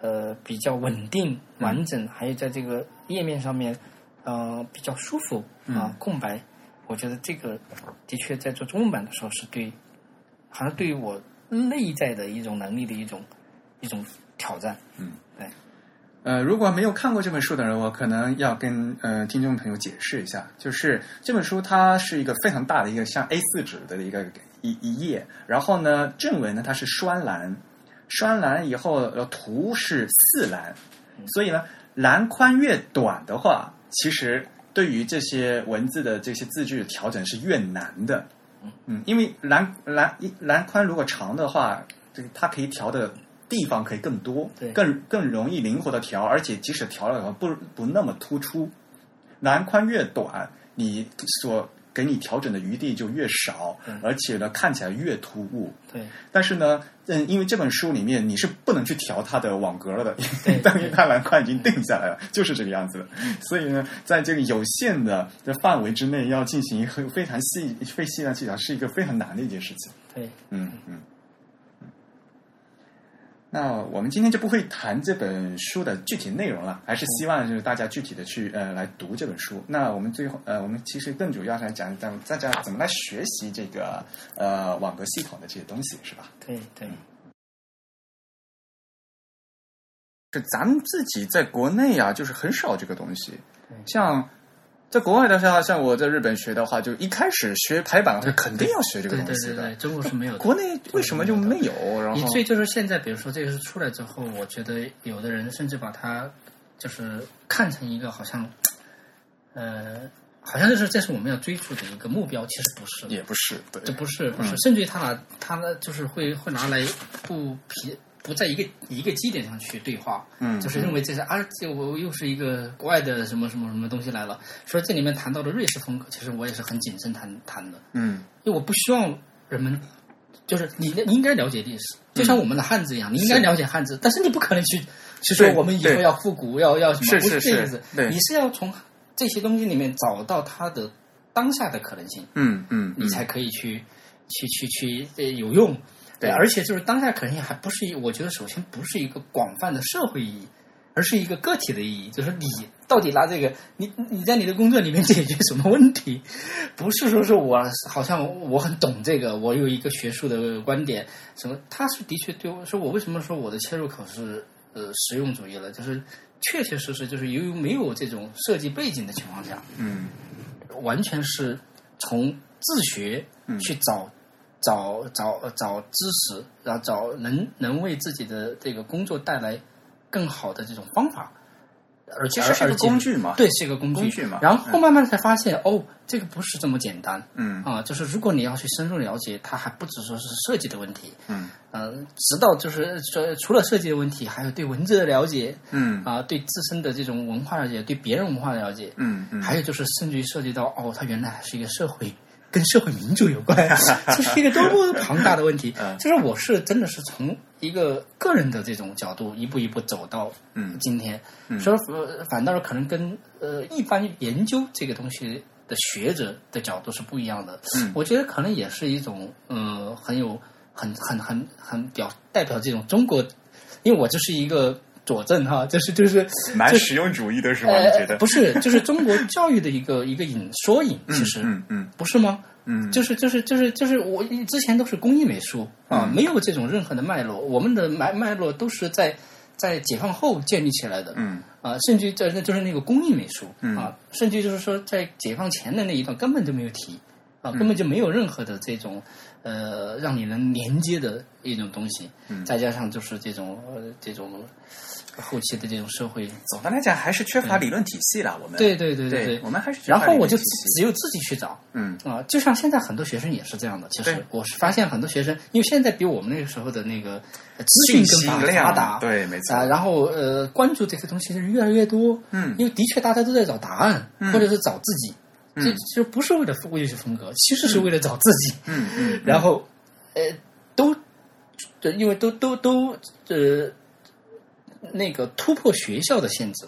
[SPEAKER 2] 呃比较稳定、完整，还有在这个页面上面呃比较舒服啊，空白。我觉得这个的确在做中文版的时候是对，好像对于我内在的一种能力的一种一种挑战。
[SPEAKER 1] 嗯，
[SPEAKER 2] 对，
[SPEAKER 1] 呃，如果没有看过这本书的人，我可能要跟呃听众朋友解释一下，就是这本书它是一个非常大的一个像 A 四纸的一个一一页，然后呢，正文呢它是双栏，双栏以后呃图是四栏，所以呢栏宽越短的话，其实对于这些文字的这些字句的调整是越难的。嗯，因为栏栏一栏宽如果长的话，这个它可以调的地方可以更多，
[SPEAKER 2] 对
[SPEAKER 1] 更更容易灵活的调，而且即使调了的话，不不那么突出。栏宽越短，你所给你调整的余地就越少，
[SPEAKER 2] 嗯
[SPEAKER 1] 而且呢看起来越突兀。
[SPEAKER 2] 对，
[SPEAKER 1] 但是呢，嗯，因为这本书里面你是不能去调它的网格了的
[SPEAKER 2] 对，
[SPEAKER 1] 等于它栏宽已经定下来了，就是这个样子的。所以呢，在这个有限的的范围之内，要进行一个非常细、非细量技巧，是一个非常难的一件事情。
[SPEAKER 2] 对，
[SPEAKER 1] 嗯嗯。那我们今天就不会谈这本书的具体内容了，还是希望就是大家具体的去呃来读这本书。那我们最后呃，我们其实更主要是来讲讲大家怎么来学习这个呃网格系统的这些东西，是吧？
[SPEAKER 2] 对，对，
[SPEAKER 1] 就咱们自己在国内啊，就是很少这个东西
[SPEAKER 2] 对。
[SPEAKER 1] 像在国外的话，像我在日本学的话，就一开始学排版是肯定要学这个
[SPEAKER 2] 对，
[SPEAKER 1] 东
[SPEAKER 2] 对，
[SPEAKER 1] 西
[SPEAKER 2] 对，
[SPEAKER 1] 的
[SPEAKER 2] 对，。中国是没有的。
[SPEAKER 1] 国内为什么就没有？然
[SPEAKER 2] 以
[SPEAKER 1] 后
[SPEAKER 2] 至于就是现在，比如说这个是出来之后，我觉得有的人甚至把它就是看成一个好像，呃，好像就是这是我们要追逐的一个目标，其实不是，
[SPEAKER 1] 也嗯不是，对，
[SPEAKER 2] 这不是不是，甚至于他拿他呢就是会会拿来不匹不在一个一个基点上去对话，
[SPEAKER 1] 嗯
[SPEAKER 2] 就是认为这是啊，这我又是一个国外的什么什么什么东西来了。所以这里面谈到的瑞士风格，其实我也是很谨慎谈谈的，
[SPEAKER 1] 嗯
[SPEAKER 2] 因为我不希望人们就是你你应该了解历史，就
[SPEAKER 1] 嗯
[SPEAKER 2] 像我们的汉字一样，你应该了解汉字，但是你不可能去去说
[SPEAKER 1] 对
[SPEAKER 2] 我们以后
[SPEAKER 1] 对
[SPEAKER 2] 要复古，要要什
[SPEAKER 1] 是
[SPEAKER 2] 么，不是
[SPEAKER 1] 是
[SPEAKER 2] 这个意思
[SPEAKER 1] 是对，
[SPEAKER 2] 你是要从这些东西里面找到它的当下的可能性。
[SPEAKER 1] 嗯嗯，
[SPEAKER 2] 你才可以去、去去去呃有用。
[SPEAKER 1] 对
[SPEAKER 2] 而且就是当下可能性还不是一，我觉得首先不是一个广泛的社会意义，而是一个个体的意义，就是你到底拿这个，你你在你的工作里面解决什么问题，不是说是我好像我很懂这个，我有一个学术的观点，什么，他是的确对我说，我为什么说我的切入口是呃实用主义了，就是确确实实就是由于没有这种设计背景的情况下，
[SPEAKER 1] 嗯
[SPEAKER 2] 完全是从自学
[SPEAKER 1] 嗯
[SPEAKER 2] 去找、找找找知识，然后找能能为自己的这个工作带来更好的这种方法，而
[SPEAKER 1] 其实是一个
[SPEAKER 2] 而进
[SPEAKER 1] 工具嘛
[SPEAKER 2] 对，是一个工具
[SPEAKER 1] 工具嘛
[SPEAKER 2] 然后慢慢才发现，哦，这个不是这么简单
[SPEAKER 1] 嗯
[SPEAKER 2] 啊、就是如果你要去深入了解，它还不只说是设计的问题，
[SPEAKER 1] 嗯
[SPEAKER 2] 呃，直到就是说除了设计的问题，还有对文字的了解
[SPEAKER 1] 嗯
[SPEAKER 2] 啊、对自身的这种文化了解，对别人文化的了解，
[SPEAKER 1] 嗯嗯，
[SPEAKER 2] 还有就是，甚至于涉及到哦，它原来还是一个社会，跟社会民主有关 啊，这是一个多么庞大的问题
[SPEAKER 1] 嗯。
[SPEAKER 2] 就是我是真的是从一个个人的这种角度，一步一步走到
[SPEAKER 1] 嗯
[SPEAKER 2] 今天，
[SPEAKER 1] 嗯
[SPEAKER 2] 所以呃反倒是可能跟呃一般研究这个东西的学者的角度是不一样的。
[SPEAKER 1] 嗯
[SPEAKER 2] 我觉得可能也是一种呃很有很很很很表代表这种中国，因为我这是一个佐证哈，就是就是
[SPEAKER 1] 蛮
[SPEAKER 2] 就
[SPEAKER 1] 实用主义的是吗？你觉
[SPEAKER 2] 呃，
[SPEAKER 1] 得？
[SPEAKER 2] 不是，就是中国教育的一个一个引缩影，其实、
[SPEAKER 1] 嗯嗯
[SPEAKER 2] 不是吗？
[SPEAKER 1] 嗯，
[SPEAKER 2] 就是就是就是就是我之前都是工艺美术啊，
[SPEAKER 1] 嗯
[SPEAKER 2] 没有这种任何的脉络，我们的脉脉络都是在在解放后建立起来的。
[SPEAKER 1] 嗯
[SPEAKER 2] 啊，甚至在那就是那个工艺美术、
[SPEAKER 1] 嗯
[SPEAKER 2] 啊，甚至就是说在解放前的那一段根本就没有提啊，根
[SPEAKER 1] 嗯
[SPEAKER 2] 本就没有任何的这种呃让你能连接的一种东西，
[SPEAKER 1] 嗯
[SPEAKER 2] 再加上就是这种呃这种后期的这种社会
[SPEAKER 1] 总的来讲还是缺乏理论体系了。我们
[SPEAKER 2] 对对对
[SPEAKER 1] 对
[SPEAKER 2] 对
[SPEAKER 1] 我们还是缺乏
[SPEAKER 2] 然后我就
[SPEAKER 1] 理论体系
[SPEAKER 2] 只有自己去找
[SPEAKER 1] 嗯
[SPEAKER 2] 啊、就像现在很多学生也是这样的。其
[SPEAKER 1] 对
[SPEAKER 2] 实我是发现很多学生，因为现在比我们那个时候的那个呃资讯
[SPEAKER 1] 息
[SPEAKER 2] 更
[SPEAKER 1] 量
[SPEAKER 2] 发达，
[SPEAKER 1] 对，没错
[SPEAKER 2] 啊，，然后呃，关注这个东西的人越来越多，
[SPEAKER 1] 嗯
[SPEAKER 2] 因为的确大家都在找答案，
[SPEAKER 1] 嗯
[SPEAKER 2] 或者是找自己，
[SPEAKER 1] 嗯
[SPEAKER 2] 就就不是为了为学风格，其实是为了找自己。
[SPEAKER 1] 嗯嗯
[SPEAKER 2] 然后呃，都对因为都都都呃，那个突破学校的限制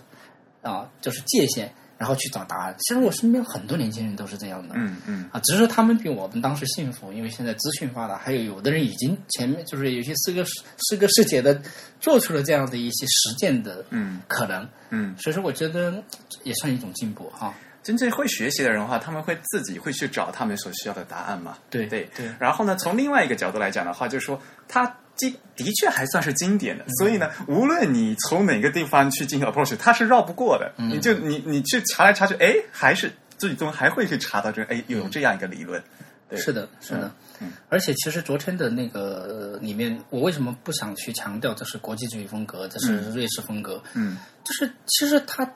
[SPEAKER 2] 啊，就是界限，然后去找答案。其实我身边很多年轻人都是这样的，
[SPEAKER 1] 嗯嗯
[SPEAKER 2] 啊，只是说他们比我们当时幸福，因为现在资讯发达，还有有的人已经前面就是有些师哥师哥师姐的做出了这样的一些实践的
[SPEAKER 1] 嗯
[SPEAKER 2] 可能，
[SPEAKER 1] 嗯，
[SPEAKER 2] 所以说我觉得也算一种进步哈、
[SPEAKER 1] 真正会学习的人的话，他们会自己会去找他们所需要的答案嘛。
[SPEAKER 2] 对
[SPEAKER 1] 对
[SPEAKER 2] 对
[SPEAKER 1] 然后呢，从另外一个角度来讲的话，就是说它经的确还算是经典的，所以呢，无论你从哪个地方去进行 approach，它是绕不过的。你就你你去查来查去，哎，还是最终还会去查到这个，哎，有这样一个理论。对
[SPEAKER 2] 是的，是的。
[SPEAKER 1] 嗯
[SPEAKER 2] 而且其实昨天的那个呃里面，我为什么不想去强调这是国际主义风格，这是瑞士风格？
[SPEAKER 1] 嗯
[SPEAKER 2] 就是其实他，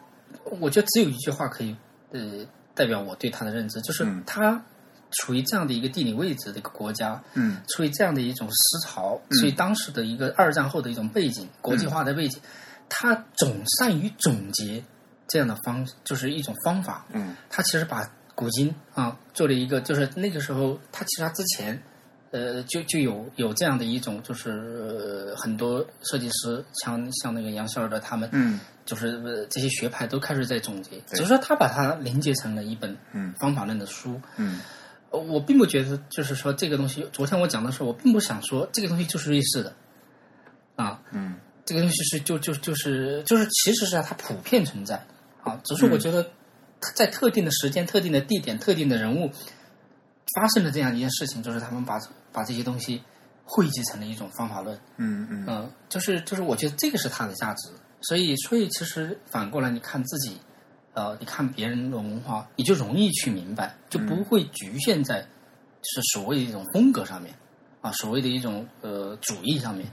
[SPEAKER 2] 我觉得只有一句话可以呃代表我对他的认知，就是
[SPEAKER 1] 嗯
[SPEAKER 2] 他处于这样的一个地理位置的一个国家，
[SPEAKER 1] 嗯
[SPEAKER 2] 处于这样的一种思潮，所以当时的一个二战后的一种背
[SPEAKER 1] 嗯
[SPEAKER 2] 景，国际化的背景，他总善于总结这样的方，就是一种方法。
[SPEAKER 1] 嗯
[SPEAKER 2] 他其实把古今啊做了一个，就是那个时候他其实他之前，呃，就就有有这样的一种，就是、呃、很多设计师像像那个杨逍遥的他们，
[SPEAKER 1] 嗯
[SPEAKER 2] 就是、呃这些学派都开始在总结，
[SPEAKER 1] 对
[SPEAKER 2] 只是说他把它凝结成了一本
[SPEAKER 1] 嗯
[SPEAKER 2] 方法论的书。
[SPEAKER 1] 嗯
[SPEAKER 2] 呃我并不觉得，就是说这个东西，昨天我讲的时候，我并不想说这个东西就是瑞士的，啊，
[SPEAKER 1] 嗯
[SPEAKER 2] 这个东西是就就就是就是其实是它普遍存在啊，只是我觉得在特定的时间、特定的地点、特定的人物发生了这样一件事情，就是他们把把这些东西汇集成了一种方法论，
[SPEAKER 1] 嗯嗯
[SPEAKER 2] 嗯，就是就是我觉得这个是它的价值，所以所以其实反过来你看自己，呃，你看别人的文化，你就容易去明白，就不会局限在是所谓的一种风格上面啊，所谓的一种呃主义上面，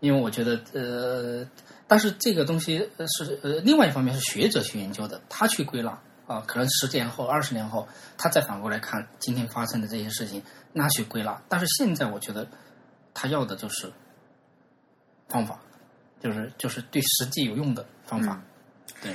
[SPEAKER 2] 因为我觉得呃，但是这个东西呃是呃另外一方面是学者去研究的，他去归纳。啊，可能十几年后、二十年后，他再反过来看今天发生的这些事情，那去归纳。但是现在，我觉得他要的就是方法，就是就是对实际有用的
[SPEAKER 1] 嗯
[SPEAKER 2] 方法。对，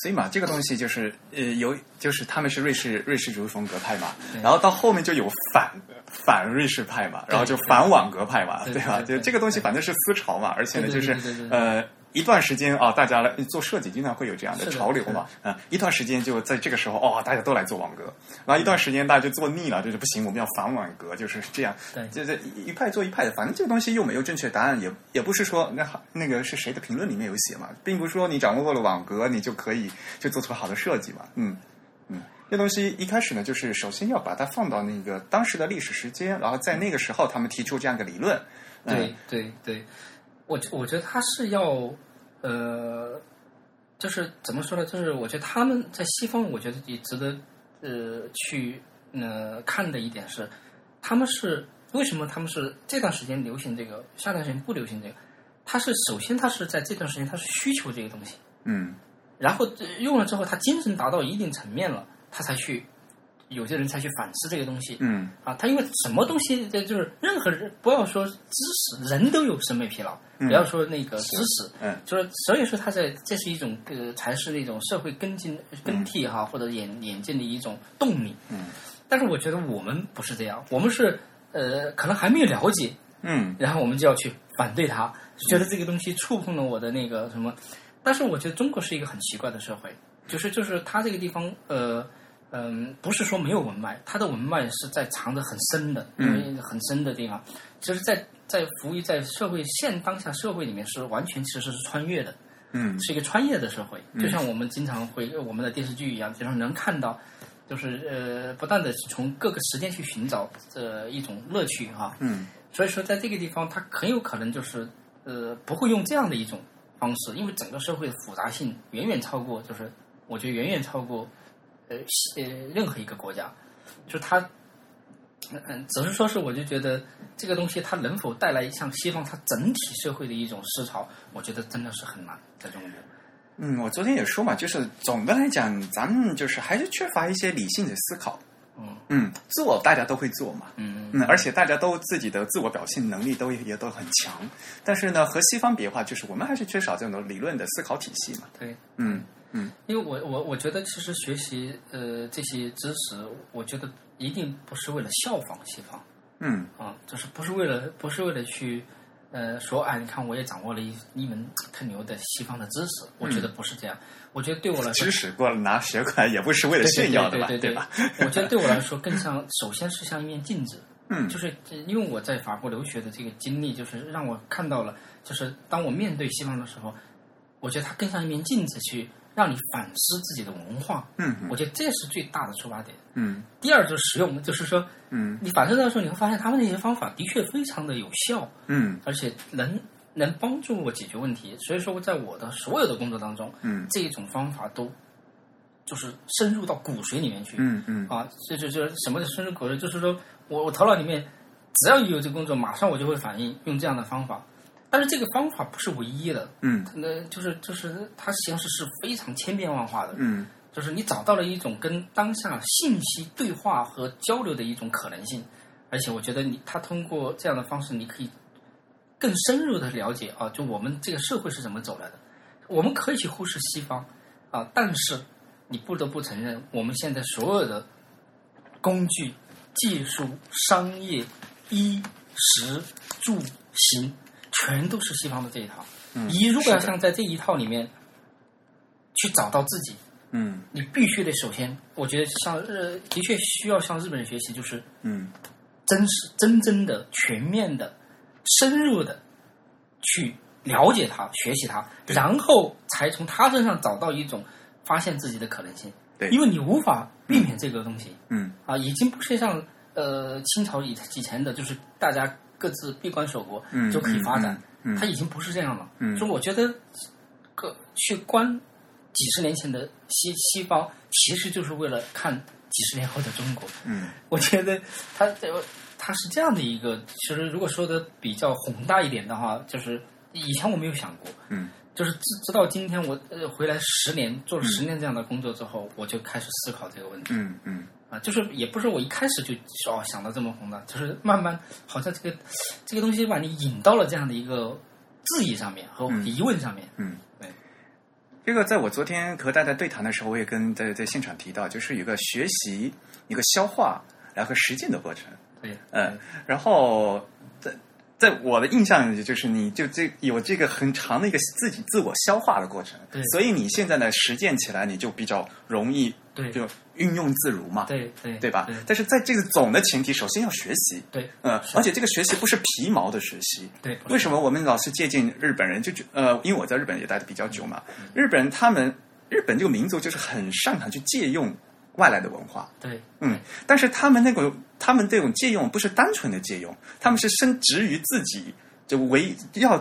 [SPEAKER 1] 所以嘛，这个东西就是呃，有就是他们是瑞士瑞士主义风格派嘛
[SPEAKER 2] 对，
[SPEAKER 1] 然后到后面就有反反瑞士派嘛，然后就反网格派嘛，
[SPEAKER 2] 对
[SPEAKER 1] 对吧？
[SPEAKER 2] 对对
[SPEAKER 1] 就这个东西反正是思潮嘛，而且呢，
[SPEAKER 2] 对
[SPEAKER 1] 就
[SPEAKER 2] 对
[SPEAKER 1] 是
[SPEAKER 2] 对对对对
[SPEAKER 1] 呃。一段时间啊、大家来做设计经常会有这样的
[SPEAKER 2] 是的
[SPEAKER 1] 潮流嘛，嗯、一段时间就在这个时候，哦，大家都来做网格，然后一
[SPEAKER 2] 嗯
[SPEAKER 1] 段时间大家就做腻了，就是不行，我们要反网格，就是这样，
[SPEAKER 2] 对
[SPEAKER 1] 就是一派做一派的，反正这个东西又没有正确答案，也也不是说那好那个是谁的评论里面有写嘛，并不是说你掌握了网格，你就可以就做出好的设计嘛，嗯嗯，这东西一开始呢，就是首先要把它放到那个当时的历史时间，然后在那个时候他们提出这样一个理论，嗯
[SPEAKER 2] 对对对，我我觉得他是要呃，就是怎么说呢？就是我觉得他们在西方，我觉得也值得呃去呃看的一点是，他们是为什么他们是这段时间流行这个，下段时间不流行这个？他是首先他是在这段时间他是需求这个东西，
[SPEAKER 1] 嗯
[SPEAKER 2] 然后呃用了之后，他精神达到一定层面了，他才去有些人才去反思这个东西。
[SPEAKER 1] 嗯
[SPEAKER 2] 啊，他因为什么东西，这就是任何人，不要说知识，人都有审美疲劳，
[SPEAKER 1] 嗯
[SPEAKER 2] 不要说那个知识，
[SPEAKER 1] 嗯
[SPEAKER 2] 就是所以说他在这是一种呃，才是那种社会跟进更替哈、或者眼眼见的一种动力。
[SPEAKER 1] 嗯
[SPEAKER 2] 但是我觉得我们不是这样，我们是呃，可能还没有了解，
[SPEAKER 1] 嗯
[SPEAKER 2] 然后我们就要去反对它，觉得这个东西触碰了我的那个什么。但是我觉得中国是一个很奇怪的社会，就是就是它这个地方，呃，嗯、不是说没有文脉，它的文脉是在藏着很深的，因
[SPEAKER 1] 嗯
[SPEAKER 2] 为很深的地方，就是在在服务于在社会现当下社会里面是完全其实是穿越的，
[SPEAKER 1] 嗯
[SPEAKER 2] 是一个穿越的社会，就像我们经常会我们的电视剧一样，经常能看到，就是呃，不断的从各个时间去寻找呃一种乐趣哈、
[SPEAKER 1] 嗯
[SPEAKER 2] 所以说，在这个地方，它很有可能就是呃不会用这样的一种方式，因为整个社会的复杂性远远超过，就是我觉得远远超过呃西呃任何一个国家，就是它嗯嗯，只是说是我就觉得这个东西它能否带来像西方它整体社会的一种思潮，我觉得真的是很难在中国。
[SPEAKER 1] 嗯，我昨天也说嘛，就是总的来讲，咱们就是还是缺乏一些理性的思考。
[SPEAKER 2] 嗯
[SPEAKER 1] 嗯，做大家都会做嘛，
[SPEAKER 2] 嗯
[SPEAKER 1] 嗯，而且大家都自己的自我表现能力都也都很强，但是呢，和西方比的话，就是我们还是缺少这种理论的思考体系嘛。
[SPEAKER 2] 对。
[SPEAKER 1] 嗯
[SPEAKER 2] 因为我我我觉得，其实学习呃这些知识，我觉得一定不是为了效仿西方，
[SPEAKER 1] 嗯
[SPEAKER 2] 啊，就是不是为了不是为了去呃说啊，你看我也掌握了一一门特牛的西方的知识，我觉得不是这样，我觉得对我来
[SPEAKER 1] 嗯
[SPEAKER 2] 说
[SPEAKER 1] 知识过来拿学过来也不是为了炫耀的吧，
[SPEAKER 2] 对对对
[SPEAKER 1] 吧？
[SPEAKER 2] 对对 我觉得对我来说更像，首先是像一面镜子，
[SPEAKER 1] 嗯
[SPEAKER 2] 就是呃因为我在法国留学的这个经历，就是让我看到了，就是当我面对西方的时候，我觉得它更像一面镜子，去让你反思自己的文化。
[SPEAKER 1] 嗯
[SPEAKER 2] 我觉得这是最大的出发点。
[SPEAKER 1] 嗯
[SPEAKER 2] 第二就是实用，就是说
[SPEAKER 1] 嗯
[SPEAKER 2] 你反思到的时候，你会发现他们那些方法的确非常的有效，
[SPEAKER 1] 嗯
[SPEAKER 2] 而且能能帮助我解决问题。所以说，在我的所有的工作当中，
[SPEAKER 1] 嗯
[SPEAKER 2] 这一种方法都就是深入到骨髓里面去。
[SPEAKER 1] 嗯嗯
[SPEAKER 2] 啊，这就就是什么是深入口髓，就是说我我头脑里面只要有这个工作，马上我就会反应用这样的方法。但是这个方法不是唯一的，
[SPEAKER 1] 嗯
[SPEAKER 2] 那就是就是它形式是非常千变万化的，
[SPEAKER 1] 嗯
[SPEAKER 2] 就是你找到了一种跟当下信息对话和交流的一种可能性，而且我觉得你他通过这样的方式，你可以更深入的了解啊，就我们这个社会是怎么走来的。我们可以去忽视西方啊，但是你不得不承认，我们现在所有的工具、技术、商业、衣食住行，全都是西方的这一套。
[SPEAKER 1] 嗯
[SPEAKER 2] 你如果要
[SPEAKER 1] 是的
[SPEAKER 2] 想在这一套里面去找到自己，
[SPEAKER 1] 嗯
[SPEAKER 2] 你必须得首先，我觉得像呃，的确需要向日本人学习，就是
[SPEAKER 1] 嗯
[SPEAKER 2] 真实、真正的、全面的、深入的去了解他、学习他，然后才从他身上找到一种发现自己的可能性。
[SPEAKER 1] 对
[SPEAKER 2] 因为你无法避免这个东西
[SPEAKER 1] 嗯
[SPEAKER 2] 啊，已经不是像呃清朝以以前的，就是大家各自闭关锁国
[SPEAKER 1] 嗯
[SPEAKER 2] 就可以发展，
[SPEAKER 1] 嗯
[SPEAKER 2] 它已经不是这样了。
[SPEAKER 1] 嗯
[SPEAKER 2] 所以我觉得，个去观几十年前的西西方，其实就是为了看几十年后的中国。
[SPEAKER 1] 嗯
[SPEAKER 2] 我觉得他呃他是这样的一个，其实如果说的比较宏大一点的话，就是以前我没有想过，
[SPEAKER 1] 嗯
[SPEAKER 2] 就是直直到今天我呃回来十年做了十年这样的工作之后，我就开始思考这个问题
[SPEAKER 1] 嗯嗯
[SPEAKER 2] 啊，就是也不是我一开始就哦想到这么宏大，就是慢慢好像这个这个东西把你引到了这样的一个质疑上面和
[SPEAKER 1] 嗯
[SPEAKER 2] 疑问上面，
[SPEAKER 1] 嗯
[SPEAKER 2] 对，
[SPEAKER 1] 这个在我昨天和大家对谈的时候，我也跟在在现场提到，就是有一个学习、一个消化，然后实践的过程。
[SPEAKER 2] 对，
[SPEAKER 1] 嗯，然后在在我的印象里，就是你就这有这个很长的一个自己自我消化的过程
[SPEAKER 2] 对，
[SPEAKER 1] 所以你现在呢实践起来，你就比较容易
[SPEAKER 2] 对
[SPEAKER 1] 就运用自如嘛，
[SPEAKER 2] 对对
[SPEAKER 1] 对吧
[SPEAKER 2] 对？
[SPEAKER 1] 但是在这个总的前提，首先要学习，
[SPEAKER 2] 对
[SPEAKER 1] 嗯，而且这个学习不是皮毛的学习，
[SPEAKER 2] 对，
[SPEAKER 1] 为什么我们老是借鉴日本人？就觉呃，因为我在日本也待的比较久嘛，
[SPEAKER 2] 嗯
[SPEAKER 1] 日本人他们日本这个民族就是很擅长去借用外来的文化，
[SPEAKER 2] 对
[SPEAKER 1] 嗯，但是他们那个他们这种借用不是单纯的借用，他们是深植于自己，就唯要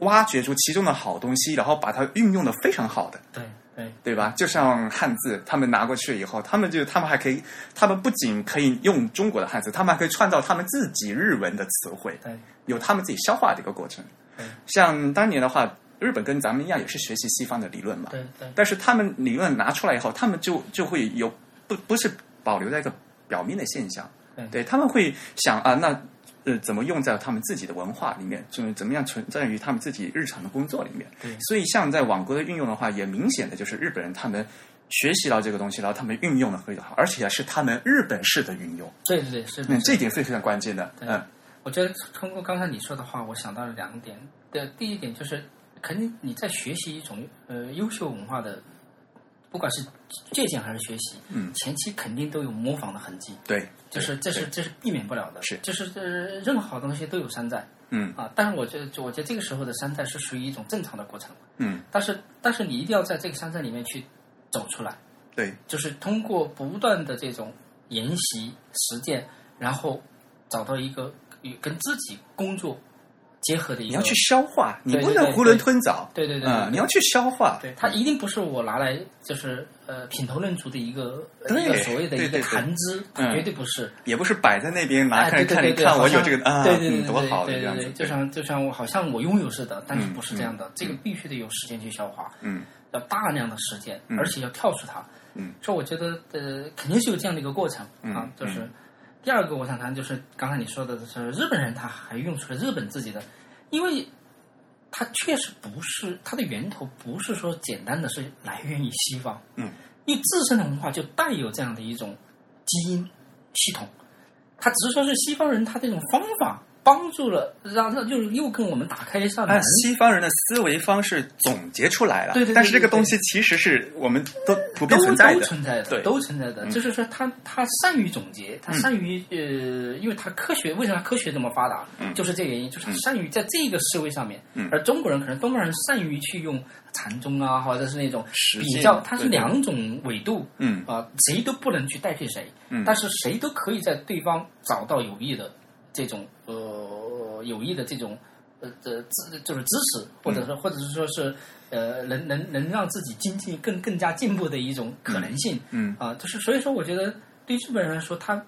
[SPEAKER 1] 挖掘出其中的好东西，然后把它运用的非常好的。
[SPEAKER 2] 对对
[SPEAKER 1] 对吧？就像汉字，他们拿过去以后，他们就他们还可以，他们不仅可以用中国的汉字，他们还可以创造他们自己日文的词汇。
[SPEAKER 2] 对
[SPEAKER 1] 有他们自己消化的一个过程
[SPEAKER 2] 嗯。
[SPEAKER 1] 像当年的话，日本跟咱们一样也是学习西方的理论嘛，
[SPEAKER 2] 对对
[SPEAKER 1] 但是他们理论拿出来以后，他们就就会有不不是保留在一个表面的现象
[SPEAKER 2] 嗯，
[SPEAKER 1] 对他们会想啊，那呃怎么用在他们自己的文化里面，就是怎么样存在于他们自己日常的工作里面
[SPEAKER 2] 对。
[SPEAKER 1] 所以像在网格的运用的话，也明显的就是日本人他们。学习到这个东西，然后他们运用的非常好，而且是他们日本式的运用，
[SPEAKER 2] 对对对，是的
[SPEAKER 1] 嗯，，这一点是非常关键的。
[SPEAKER 2] 对
[SPEAKER 1] 嗯
[SPEAKER 2] 我觉得通过刚才你说的话，我想到了两点。的第一点就是，肯定你在学习一种呃优秀文化的，不管是借鉴还是学习，
[SPEAKER 1] 嗯，
[SPEAKER 2] 前期肯定都有模仿的痕迹，
[SPEAKER 1] 对，
[SPEAKER 2] 就是这
[SPEAKER 1] 对
[SPEAKER 2] 是这是避免不了的，
[SPEAKER 1] 是
[SPEAKER 2] 就是呃任何好东西都有山寨
[SPEAKER 1] 嗯
[SPEAKER 2] 啊。但是我觉得，就我觉得这个时候的山寨是属于一种正常的过程，
[SPEAKER 1] 嗯，
[SPEAKER 2] 但是但是你一定要在这个山寨里面去走出来。
[SPEAKER 1] 对，
[SPEAKER 2] 就是通过不断的这种研习、实践，然后找到一个与跟自己工作结合的一个。
[SPEAKER 1] 你要去消化，你
[SPEAKER 2] 呃对
[SPEAKER 1] 不
[SPEAKER 2] 对
[SPEAKER 1] 能
[SPEAKER 2] 对
[SPEAKER 1] 囫囵
[SPEAKER 2] 对
[SPEAKER 1] 吞枣。
[SPEAKER 2] 对对对
[SPEAKER 1] 啊，
[SPEAKER 2] 对
[SPEAKER 1] 你要去消化。
[SPEAKER 2] 对，它一定不是我拿来就是呃品头论足的一个呃
[SPEAKER 1] 对
[SPEAKER 2] 一个所谓的一
[SPEAKER 1] 对对
[SPEAKER 2] 个
[SPEAKER 1] 对
[SPEAKER 2] 谈资，
[SPEAKER 1] 嗯
[SPEAKER 2] 绝对不是。
[SPEAKER 1] 也不是摆在那边拿
[SPEAKER 2] 哎，
[SPEAKER 1] 给人
[SPEAKER 2] 对
[SPEAKER 1] 啊看，
[SPEAKER 2] 对
[SPEAKER 1] 你
[SPEAKER 2] 对，
[SPEAKER 1] 看我
[SPEAKER 2] 好像
[SPEAKER 1] 有这个啊，
[SPEAKER 2] 对对对
[SPEAKER 1] 嗯，多好的这
[SPEAKER 2] 对对
[SPEAKER 1] 样
[SPEAKER 2] 对
[SPEAKER 1] 子，，
[SPEAKER 2] 就像就像我好像我拥有似的，但是
[SPEAKER 1] 嗯
[SPEAKER 2] 不是这样的，这个
[SPEAKER 1] 嗯
[SPEAKER 2] 必须得有时间去消化。
[SPEAKER 1] 嗯
[SPEAKER 2] 要大量的实践，
[SPEAKER 1] 嗯
[SPEAKER 2] 而且要跳出它。
[SPEAKER 1] 嗯，
[SPEAKER 2] 所以我觉得呃，肯定是有这样的一个过程、
[SPEAKER 1] 嗯
[SPEAKER 2] 啊。就是、
[SPEAKER 1] 嗯
[SPEAKER 2] 第二个，我想谈就是刚才你说的，就是日本人他还用出了日本自己的，因为他确实不是他的源头，不是说简单的是来源于西方，
[SPEAKER 1] 嗯，
[SPEAKER 2] 因为自身的文化就带有这样的一种基因系统，他只是说是西方人他这种方法。帮助了，让让就是又跟我们打开一扇门
[SPEAKER 1] 按。西方人的思维方式总结出来了，
[SPEAKER 2] 对对对
[SPEAKER 1] 但是这个
[SPEAKER 2] 对对
[SPEAKER 1] 东西其实是我们都普遍
[SPEAKER 2] 都
[SPEAKER 1] 存在
[SPEAKER 2] 都
[SPEAKER 1] 的，
[SPEAKER 2] 存在
[SPEAKER 1] 对
[SPEAKER 2] 的，都存在的。
[SPEAKER 1] 嗯
[SPEAKER 2] 就是说他，他善于总结，他
[SPEAKER 1] 嗯
[SPEAKER 2] 善于、呃，因为他科学为什么科学这么发达，
[SPEAKER 1] 嗯
[SPEAKER 2] 就是这个原因，就是他
[SPEAKER 1] 嗯
[SPEAKER 2] 善于在这个思维上面。
[SPEAKER 1] 嗯
[SPEAKER 2] 而中国人可能东方人善于去用禅宗啊，或者是那种
[SPEAKER 1] 实践
[SPEAKER 2] 比较，它是
[SPEAKER 1] 对对
[SPEAKER 2] 两种纬度
[SPEAKER 1] 嗯
[SPEAKER 2] 啊、谁都不能去代替谁，
[SPEAKER 1] 嗯
[SPEAKER 2] 但是谁都可以在对方找到有益的这种呃有益的这种呃呃支就是支持，或者说、
[SPEAKER 1] 嗯
[SPEAKER 2] 或者是说是呃能能能让自己经济更更加进步的一种可能性
[SPEAKER 1] 嗯
[SPEAKER 2] 啊、就是所以说我觉得对日本人来说，他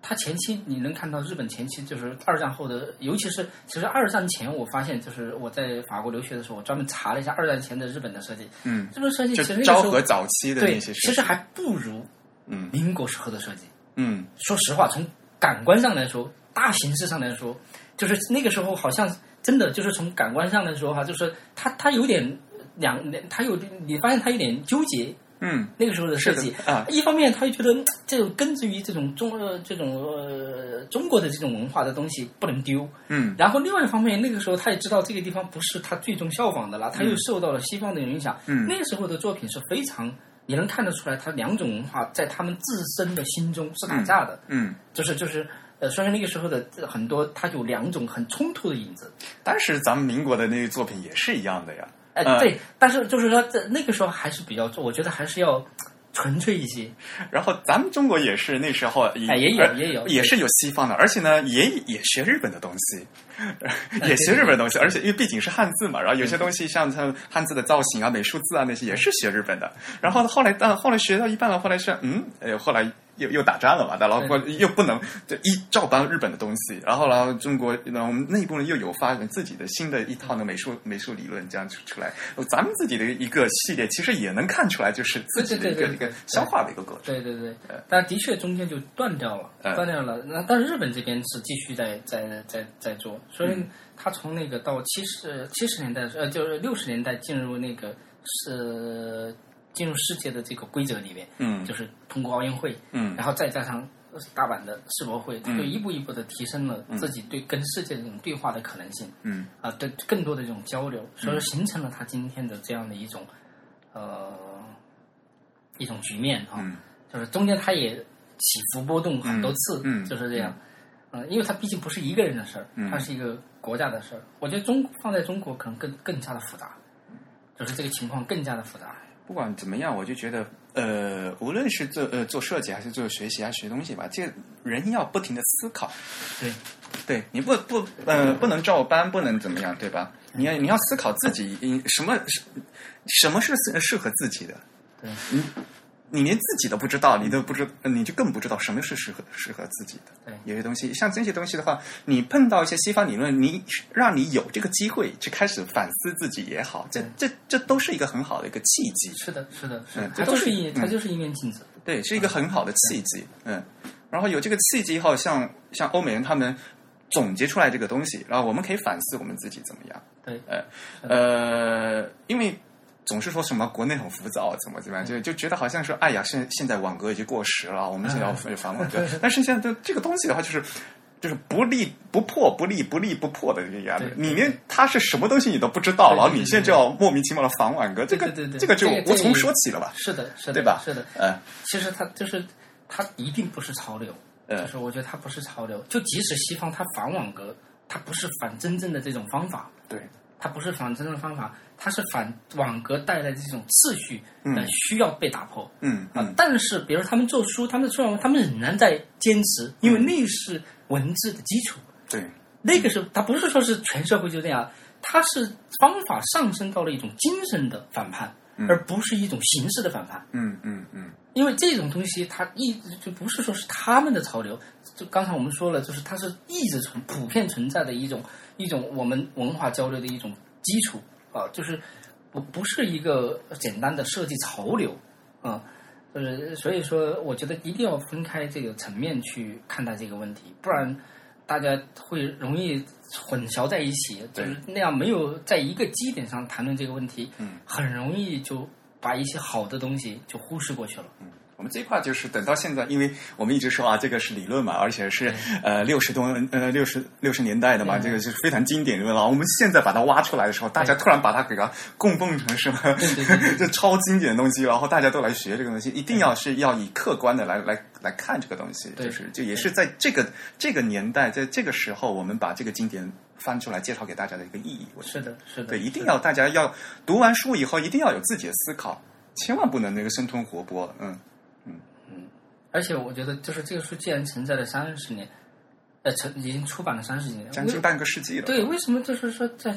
[SPEAKER 2] 他前期你能看到日本前期就是二战后的，尤其是其实二战前我发现就是我在法国留学的时候，我专门查了一下二战前的日本的设计，
[SPEAKER 1] 嗯，
[SPEAKER 2] 日本设计
[SPEAKER 1] 就
[SPEAKER 2] 其实那个
[SPEAKER 1] 昭
[SPEAKER 2] 时候
[SPEAKER 1] 和早期的
[SPEAKER 2] 对，
[SPEAKER 1] 那些
[SPEAKER 2] 其实还不如
[SPEAKER 1] 嗯
[SPEAKER 2] 民国时候的设计。
[SPEAKER 1] 嗯
[SPEAKER 2] 说实话，从感官上来说，大形式上来说，就是那个时候好像真的就是从感官上来说哈，就是它它有点两，它有你发现它有点纠结。
[SPEAKER 1] 嗯
[SPEAKER 2] 那个时候的设计
[SPEAKER 1] 是的啊
[SPEAKER 2] 一方面他又觉得嗯这种根植于这种中呃这种呃中国的这种文化的东西不能丢，
[SPEAKER 1] 嗯
[SPEAKER 2] 然后另外一方面，那个时候他也知道这个地方不是他最终效仿的了，他又受到了西方的影响。
[SPEAKER 1] 嗯
[SPEAKER 2] 那时候的作品是非常，你能看得出来，他两种文化在他们自身的心中是打架的，
[SPEAKER 1] 嗯，
[SPEAKER 2] 就是就是呃，所以那个时候的呃很多，它有两种很冲突的影子。
[SPEAKER 1] 当时咱们民国的那些作品也是一样的呀，
[SPEAKER 2] 哎、
[SPEAKER 1] 嗯
[SPEAKER 2] 对，但是就是说，在那个时候还是比较，我觉得还是要纯粹一些。
[SPEAKER 1] 然后咱们中国也是那时候也、
[SPEAKER 2] 哎也有
[SPEAKER 1] 而
[SPEAKER 2] 也有
[SPEAKER 1] 也是有西方的，而且呢也也学日本的东西，
[SPEAKER 2] 呃
[SPEAKER 1] 也学日本的东西，而且因为毕竟是汉字嘛，然后
[SPEAKER 2] 嗯
[SPEAKER 1] 有些东西像像汉字的造型啊、美术字啊那些也是学日本的。然后后来但后来学到一半了，后来是嗯，呃，后来。又又打仗了嘛，然后不又不能就一照搬日本的东西，然后然后中国，然后我们内部呢又有发展自己的新的一套的美术美术理论这样出出来，咱们自己的一个系列其实也能看出来，就是自己的一个
[SPEAKER 2] 对对对对
[SPEAKER 1] 一个消化的一个过程。
[SPEAKER 2] 对对对
[SPEAKER 1] 呃，
[SPEAKER 2] 但的确中间就断掉了，
[SPEAKER 1] 呃
[SPEAKER 2] 断掉了。那但日本这边是继续在在在在做，所
[SPEAKER 1] 嗯
[SPEAKER 2] 以他从那个到七十七十年代呃，就是六十年代进入那个是进入世界的这个规则里面，
[SPEAKER 1] 嗯
[SPEAKER 2] 就是通过奥运会，
[SPEAKER 1] 嗯
[SPEAKER 2] 然后再加上大阪的世博会，他就一步一步的提升了自己对跟世界这种对话的可能性。
[SPEAKER 1] 嗯
[SPEAKER 2] 啊、对更多的这种交流，所以说形成了他今天的这样的一种呃一种局面啊，
[SPEAKER 1] 嗯
[SPEAKER 2] 就是中间他也起伏波动很多次，
[SPEAKER 1] 嗯嗯
[SPEAKER 2] 就是这样。嗯，因为它毕竟不是一个人的事儿，
[SPEAKER 1] 嗯
[SPEAKER 2] 它是一个国家的事儿。我觉得中放在中国可能更更加的复杂，就是这个情况更加的复杂。
[SPEAKER 1] 不管怎么样，我就觉得，呃，无论是做呃做设计还是做学习啊学东西吧，这人要不停的思考，
[SPEAKER 2] 对，
[SPEAKER 1] 对，你不不呃不能照搬，不能怎么样，对吧？你要你要思考自己嗯什么是什么是适适合自己的，
[SPEAKER 2] 对
[SPEAKER 1] 你你连自己都不知道，你都不知，你就更不知道什么是适合适合自己的。
[SPEAKER 2] 对
[SPEAKER 1] 有些东西，像这些东西的话，你碰到一些西方理论，你让你有这个机会去开始反思自己也好，这这这都是一个很好的一个契机。
[SPEAKER 2] 是的，是的，是的，
[SPEAKER 1] 嗯
[SPEAKER 2] 它
[SPEAKER 1] 这都
[SPEAKER 2] 就是
[SPEAKER 1] 是
[SPEAKER 2] 一
[SPEAKER 1] 嗯
[SPEAKER 2] 它就是一面镜子。
[SPEAKER 1] 对，是一
[SPEAKER 2] 嗯
[SPEAKER 1] 个很好的契机，嗯。然后有这个契机以后，像像欧美人他们总结出来这个东西，然后我们可以反思我们自己怎么样。
[SPEAKER 2] 对，
[SPEAKER 1] 呃
[SPEAKER 2] 嗯
[SPEAKER 1] 呃，因为总是说什么国内很浮躁，怎么怎么样，就
[SPEAKER 2] 嗯
[SPEAKER 1] 就觉得好像说，哎呀，现现在网格已经过时了，我们
[SPEAKER 2] 嗯
[SPEAKER 1] 现在要反网 格。但是现在这个东西的话，就是。就是不立不破，不立不立不破的这个样子
[SPEAKER 2] 对，对
[SPEAKER 1] 你连它是什么东西你都不知道，
[SPEAKER 2] 对对
[SPEAKER 1] 然后
[SPEAKER 2] 对
[SPEAKER 1] 你
[SPEAKER 2] 对
[SPEAKER 1] 现在就要莫名其妙的防网格，这个
[SPEAKER 2] 对对对
[SPEAKER 1] 这个就
[SPEAKER 2] 这个
[SPEAKER 1] 无
[SPEAKER 2] 这
[SPEAKER 1] 从
[SPEAKER 2] 个
[SPEAKER 1] 说起了吧？
[SPEAKER 2] 是的，是的，
[SPEAKER 1] 对吧
[SPEAKER 2] 是的，
[SPEAKER 1] 呃
[SPEAKER 2] 其实它就是它一定不是潮流，
[SPEAKER 1] 呃
[SPEAKER 2] 就是我觉得它不是潮流。就即使西方它反网格，它不是反真正的这种方法，
[SPEAKER 1] 对，
[SPEAKER 2] 它不是反真正的方法，它是反网格带来的这种秩序，
[SPEAKER 1] 嗯
[SPEAKER 2] 呃，需要被打破。
[SPEAKER 1] 嗯
[SPEAKER 2] 啊、
[SPEAKER 1] 嗯
[SPEAKER 2] 但是比如他们做书，他们虽然他们仍然在坚持，因为
[SPEAKER 1] 嗯
[SPEAKER 2] 那是文字的基础。
[SPEAKER 1] 对，
[SPEAKER 2] 那个时候，它不是说是全社会就那样，它是方法上升到了一种精神的反叛，
[SPEAKER 1] 嗯
[SPEAKER 2] 而不是一种形式的反叛。
[SPEAKER 1] 嗯嗯嗯。
[SPEAKER 2] 因为这种东西，它一直就不是说是他们的潮流，就刚才我们说了，就是它是一直存普遍存在的一种一种我们文化交流的一种基础啊，就是不不是一个简单的设计潮流啊，呃，所以说我觉得一定要分开这个层面去看待这个问题，不然大家会容易混淆在一起，
[SPEAKER 1] 对
[SPEAKER 2] 就是那样没有在一个基点上谈论这个问题，
[SPEAKER 1] 嗯
[SPEAKER 2] 很容易就把一些好的东西就忽视过去了。
[SPEAKER 1] 我们这一块就是等到现在，因为我们一直说啊，这个是理论嘛，而且是呃六十多呃六十六十年代的嘛，
[SPEAKER 2] 对
[SPEAKER 1] 这个是非常经典的啊了。我们现在把它挖出来的时候，大家突然把它给它供奉成什么
[SPEAKER 2] 对 对对
[SPEAKER 1] 这超经典的东西，然后大家都来学这个东西，一定要是要以客观的来来来看这个东西，
[SPEAKER 2] 对
[SPEAKER 1] 就是就也是在这个这个年代，在这个时候，我们把这个经典翻出来介绍给大家的一个意义，我觉得
[SPEAKER 2] 是的，嗯是的，
[SPEAKER 1] 对，一定要大家要读完书以后，一定要有自己的思考，千万不能那个生吞活剥。嗯，
[SPEAKER 2] 而且我觉得，就是这个书既然存在了三十年，呃，成已经出版了三十年，
[SPEAKER 1] 将近半个世纪了。
[SPEAKER 2] 对，为什么就是说在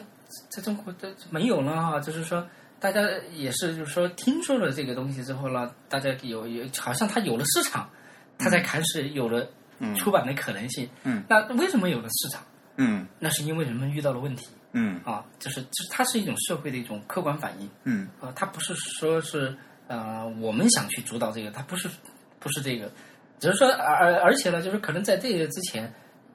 [SPEAKER 2] 在中国的没有呢？啊，就是说大家也是就是说听说了这个东西之后呢，大家有有好像它有了市场，它才开始有了
[SPEAKER 1] 嗯
[SPEAKER 2] 出版的可能性。
[SPEAKER 1] 嗯，
[SPEAKER 2] 那为什么有了市场？
[SPEAKER 1] 嗯
[SPEAKER 2] 那是因为人们遇到了问题
[SPEAKER 1] 嗯
[SPEAKER 2] 啊，就是就是它是一种社会的一种客观反应
[SPEAKER 1] 嗯
[SPEAKER 2] 啊，它不是说是呃我们想去主导这个，它不是不是这个，只是说而而而且呢，就是可能在这个之前，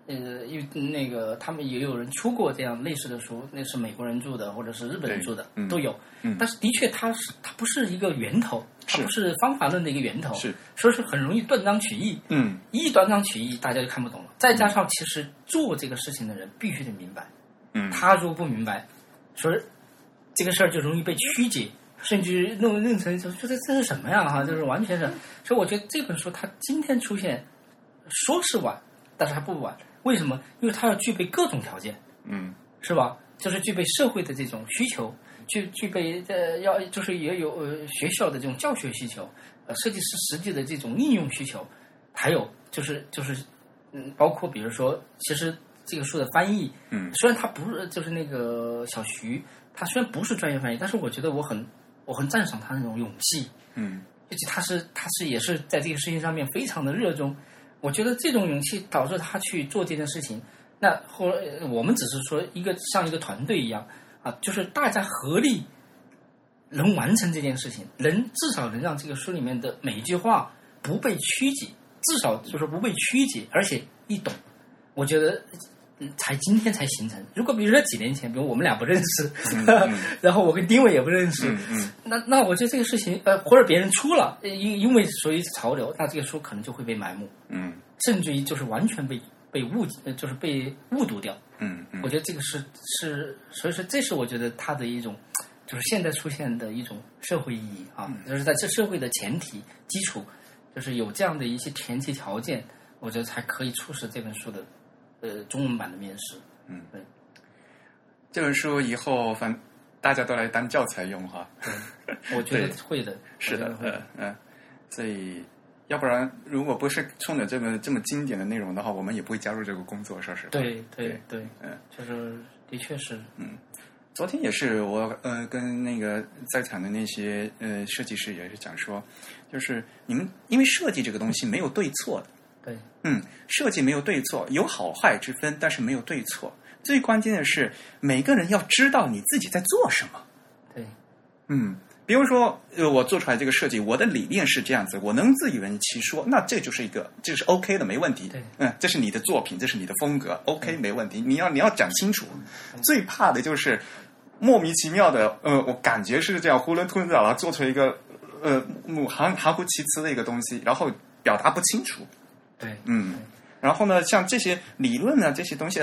[SPEAKER 2] 呃，因为那个他们也有人出过这样类似的书，那是美国人著的或者是日本人著的
[SPEAKER 1] 对嗯
[SPEAKER 2] 都有，
[SPEAKER 1] 嗯
[SPEAKER 2] 但是的确它是它不是一个源头，它
[SPEAKER 1] 是
[SPEAKER 2] 不是方法论的一个源头，
[SPEAKER 1] 是
[SPEAKER 2] 所以说很容易断章取义，
[SPEAKER 1] 嗯，
[SPEAKER 2] 一断章取义大家就看不懂了。再加上其实做这个事情的人必须得明白，
[SPEAKER 1] 嗯
[SPEAKER 2] 他如果不明白，说这个事儿就容易被曲解，甚至弄弄成说这这是什么呀？哈，就是完全是。所以我觉得这本书它今天出现，说是晚，但是还不晚。为什么？因为它要具备各种条件，
[SPEAKER 1] 嗯
[SPEAKER 2] 是吧？就是具备社会的这种需求，具具备呃要就是也有呃学校的这种教学需求，呃设计师实际的这种应用需求，还有就是就是嗯包括比如说其实这个书的翻译，
[SPEAKER 1] 嗯
[SPEAKER 2] 虽然他不是就是那个小徐，他虽然不是专业翻译，但是我觉得我很我很赞赏他那种勇气，
[SPEAKER 1] 嗯
[SPEAKER 2] 而且他是他是也是在这个事情上面非常的热衷。我觉得这种勇气导致他去做这件事情。那后来呃我们只是说一个像一个团队一样啊，就是大家合力能完成这件事情，能至少能让这个书里面的每一句话不被曲解，至少就是不被曲解，而且易懂。我觉得嗯才今天才形成。如果比如说几年前，比如我们俩不认识，
[SPEAKER 1] 嗯
[SPEAKER 2] 然后我跟丁伟也不认识，
[SPEAKER 1] 嗯嗯
[SPEAKER 2] 那那我觉得这个事情，呃，或者别人出了，呃因因为属于潮流，那这个书可能就会被埋没，
[SPEAKER 1] 嗯
[SPEAKER 2] 甚至于就是完全被被误解，呃就是被误读掉。
[SPEAKER 1] 嗯嗯
[SPEAKER 2] 我觉得这个是是，所以说这是我觉得它的一种，就是现在出现的一种社会意义啊，
[SPEAKER 1] 嗯
[SPEAKER 2] 就是在这社会的前提基础，就是有这样的一些前提条件，我觉得才可以促使这本书的呃中文版的面世。
[SPEAKER 1] 这本书以后反大家都来当教材用哈。
[SPEAKER 2] 我觉得
[SPEAKER 1] 对
[SPEAKER 2] 会的，
[SPEAKER 1] 是
[SPEAKER 2] 我
[SPEAKER 1] 的
[SPEAKER 2] 觉得，会
[SPEAKER 1] 嗯嗯，所以要不然如果不是冲着这么这么经典的内容的话，我们也不会加入这个工作，说实话。
[SPEAKER 2] 对
[SPEAKER 1] 对
[SPEAKER 2] 对对，
[SPEAKER 1] 嗯，
[SPEAKER 2] 就是的确是，
[SPEAKER 1] 昨天也是我呃跟那个在场的那些呃设计师也是讲说，就是你们因为设计这个东西没有对错的，
[SPEAKER 2] 对。
[SPEAKER 1] 嗯，设计没有对错，有好坏之分，但是没有对错。最关键的是，每个人要知道你自己在做什么。
[SPEAKER 2] 对，
[SPEAKER 1] 嗯，比如说，呃，我做出来这个设计，我的理念是这样子，我能自以为其说，那这就是一个，这是 OK 的，没问题
[SPEAKER 2] 对。
[SPEAKER 1] 嗯，这是你的作品，这是你的风格，OK，没问题。你要你要讲清楚。
[SPEAKER 2] 嗯
[SPEAKER 1] 最怕的就是莫名其妙的，呃，我感觉是这样，囫囵吞枣了，做出一个呃嗯含含糊其辞的一个东西，然后表达不清楚。
[SPEAKER 2] 对，
[SPEAKER 1] 嗯，然后呢，像这些理论呢，这些东西，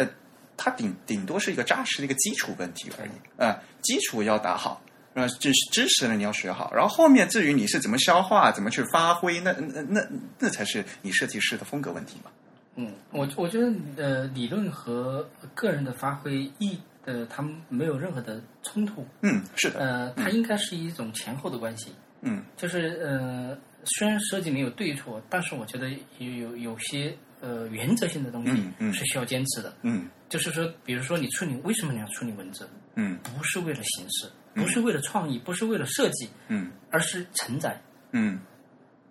[SPEAKER 1] 它顶顶多是一个扎实的一个基础问题而已。啊、基础要打好，呃，知识知识呢你要学好，然后后面至于你是怎么消化、怎么去发挥，那那那那才是你设计师的风格问题嘛。
[SPEAKER 2] 嗯，我我觉得呃，理论和个人的发挥意呃，他们没有任何的冲突，
[SPEAKER 1] 嗯，是的，
[SPEAKER 2] 呃，它应该是一种前后的关系，
[SPEAKER 1] 嗯
[SPEAKER 2] 就是呃，虽然设计没有对错，但是我觉得有有有些呃原则性的东
[SPEAKER 1] 嗯嗯
[SPEAKER 2] 西是需要坚持的，
[SPEAKER 1] 嗯
[SPEAKER 2] 就是说，比如说你处理为什么你要处理文字，
[SPEAKER 1] 嗯
[SPEAKER 2] 不是为了形式，不是为了创意，不是为了设计，
[SPEAKER 1] 嗯
[SPEAKER 2] 而是承载
[SPEAKER 1] 嗯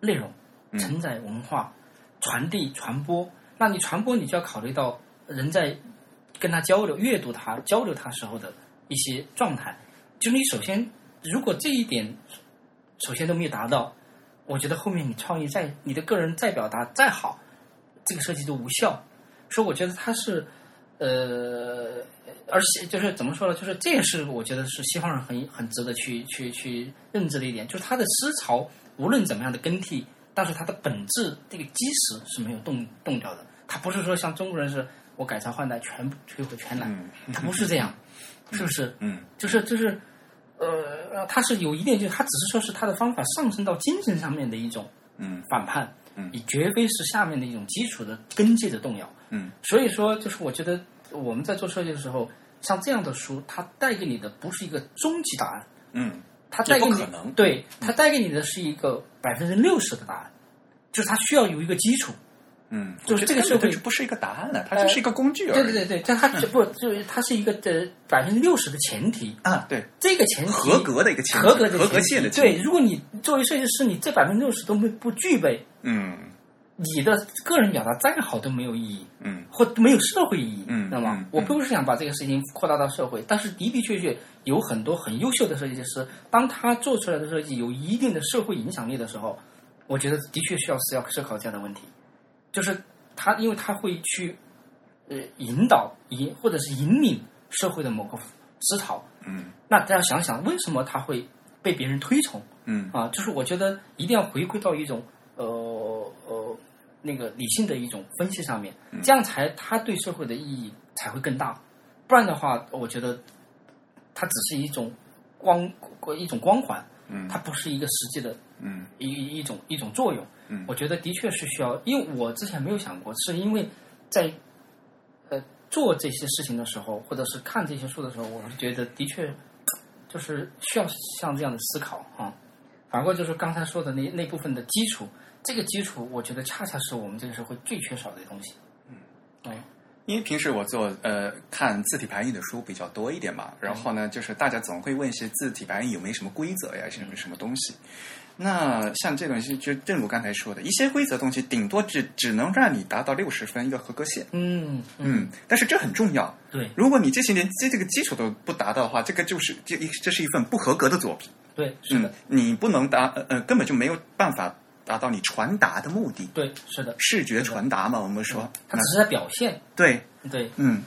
[SPEAKER 2] 内容、
[SPEAKER 1] 嗯
[SPEAKER 2] 承载文化、传递、传播。那你传播，你就要考虑到人在跟他交流、阅读他、交流他时候的一些状态。就是你首先，如果这一点首先都没有达到，我觉得后面你创意再、你的个人再表达再好，这个设计都无效。所以我觉得它是，呃，而且就是怎么说呢？就是这也是我觉得是西方人很很值得去去去认知的一点，就是他的思潮无论怎么样的更替，但是它的本质这个基石是没有动动掉的。它不是说像中国人是我改朝换代全部摧毁全来，
[SPEAKER 1] 嗯
[SPEAKER 2] 它不是这样，是不是？
[SPEAKER 1] 嗯
[SPEAKER 2] 就是就是，呃呃，它是有一点，就是它只是说是它的方法上升到精神上面的一种
[SPEAKER 1] 嗯
[SPEAKER 2] 反叛，
[SPEAKER 1] 嗯
[SPEAKER 2] 也绝非是下面的一种基础的根基的动摇。
[SPEAKER 1] 嗯
[SPEAKER 2] 所以说，就是我觉得我们在做设计的时候，像这样的书，它带给你的不是一个终极答案，
[SPEAKER 1] 嗯
[SPEAKER 2] 它带
[SPEAKER 1] 也
[SPEAKER 2] 给你
[SPEAKER 1] 不可能嗯
[SPEAKER 2] 对它带给你的是一个百分之六十的答案，就是它需要有一个基础。
[SPEAKER 1] 嗯，
[SPEAKER 2] 就是这个社会呃
[SPEAKER 1] 这不是一个答案了，它就是一个工具而已。
[SPEAKER 2] 对对对对，但它只不就是它是一个呃百分之六十的前提，
[SPEAKER 1] 啊，对，
[SPEAKER 2] 这个前提
[SPEAKER 1] 合格的一个前提
[SPEAKER 2] 合格的
[SPEAKER 1] 合格
[SPEAKER 2] 前
[SPEAKER 1] 线的
[SPEAKER 2] 提
[SPEAKER 1] 前
[SPEAKER 2] 对，
[SPEAKER 1] 提
[SPEAKER 2] 如果你作为设计师，你这百分之六十都不不具备，
[SPEAKER 1] 嗯
[SPEAKER 2] 你的个人表达再好都没有意义。
[SPEAKER 1] 嗯
[SPEAKER 2] 或没有社会意义，
[SPEAKER 1] 嗯
[SPEAKER 2] 知道吗
[SPEAKER 1] 嗯？
[SPEAKER 2] 我并不是想把这个事情扩大到社会，但是的的确确有很多很优秀的设计师，当他做出来的设计有一定的社会影响力的时候，我觉得的确需要是要思考这样的问题，就是他因为他会去呃引导引或者是引领社会的某个思潮，
[SPEAKER 1] 嗯
[SPEAKER 2] 那大家想想为什么他会被别人推崇？
[SPEAKER 1] 嗯
[SPEAKER 2] 啊，就是我觉得一定要回归到一种呃呃那个理性的一种分析上面，这样才它对社会的意义才会更大。不然的话，我觉得它只是一种光一种光环，
[SPEAKER 1] 嗯
[SPEAKER 2] 它不是一个实际的
[SPEAKER 1] 嗯
[SPEAKER 2] 一一一种一种作用。
[SPEAKER 1] 嗯
[SPEAKER 2] 我觉得的确是需要，因为我之前没有想过，是因为在呃做这些事情的时候，或者是看这些书的时候，我是觉得的确就是需要像这样的思考啊。反过就是刚才说的那那部分的基础，这个基础我觉得恰恰是我们这个社会最缺少的东西。嗯，
[SPEAKER 1] 因为平时我做呃看字体排印的书比较多一点嘛，然后呢，就是大家总会问一些字体排印有没有什么规则呀，什么什么东西。那像这种是就正如刚才说的，一些规则东西，顶多只只能让你达到六十分一个合格线。
[SPEAKER 2] 嗯嗯，
[SPEAKER 1] 嗯，但是这很重要。
[SPEAKER 2] 对
[SPEAKER 1] 如果你这些连这这个基础都不达到的话，这个就是这一这是一份不合格的作品。
[SPEAKER 2] 对是的，
[SPEAKER 1] 嗯，你不能达呃呃根本就没有办法达到你传达的目的，
[SPEAKER 2] 对是的，
[SPEAKER 1] 视觉传达嘛，我们说，
[SPEAKER 2] 它只是在表现，
[SPEAKER 1] 对，
[SPEAKER 2] 对，
[SPEAKER 1] 嗯，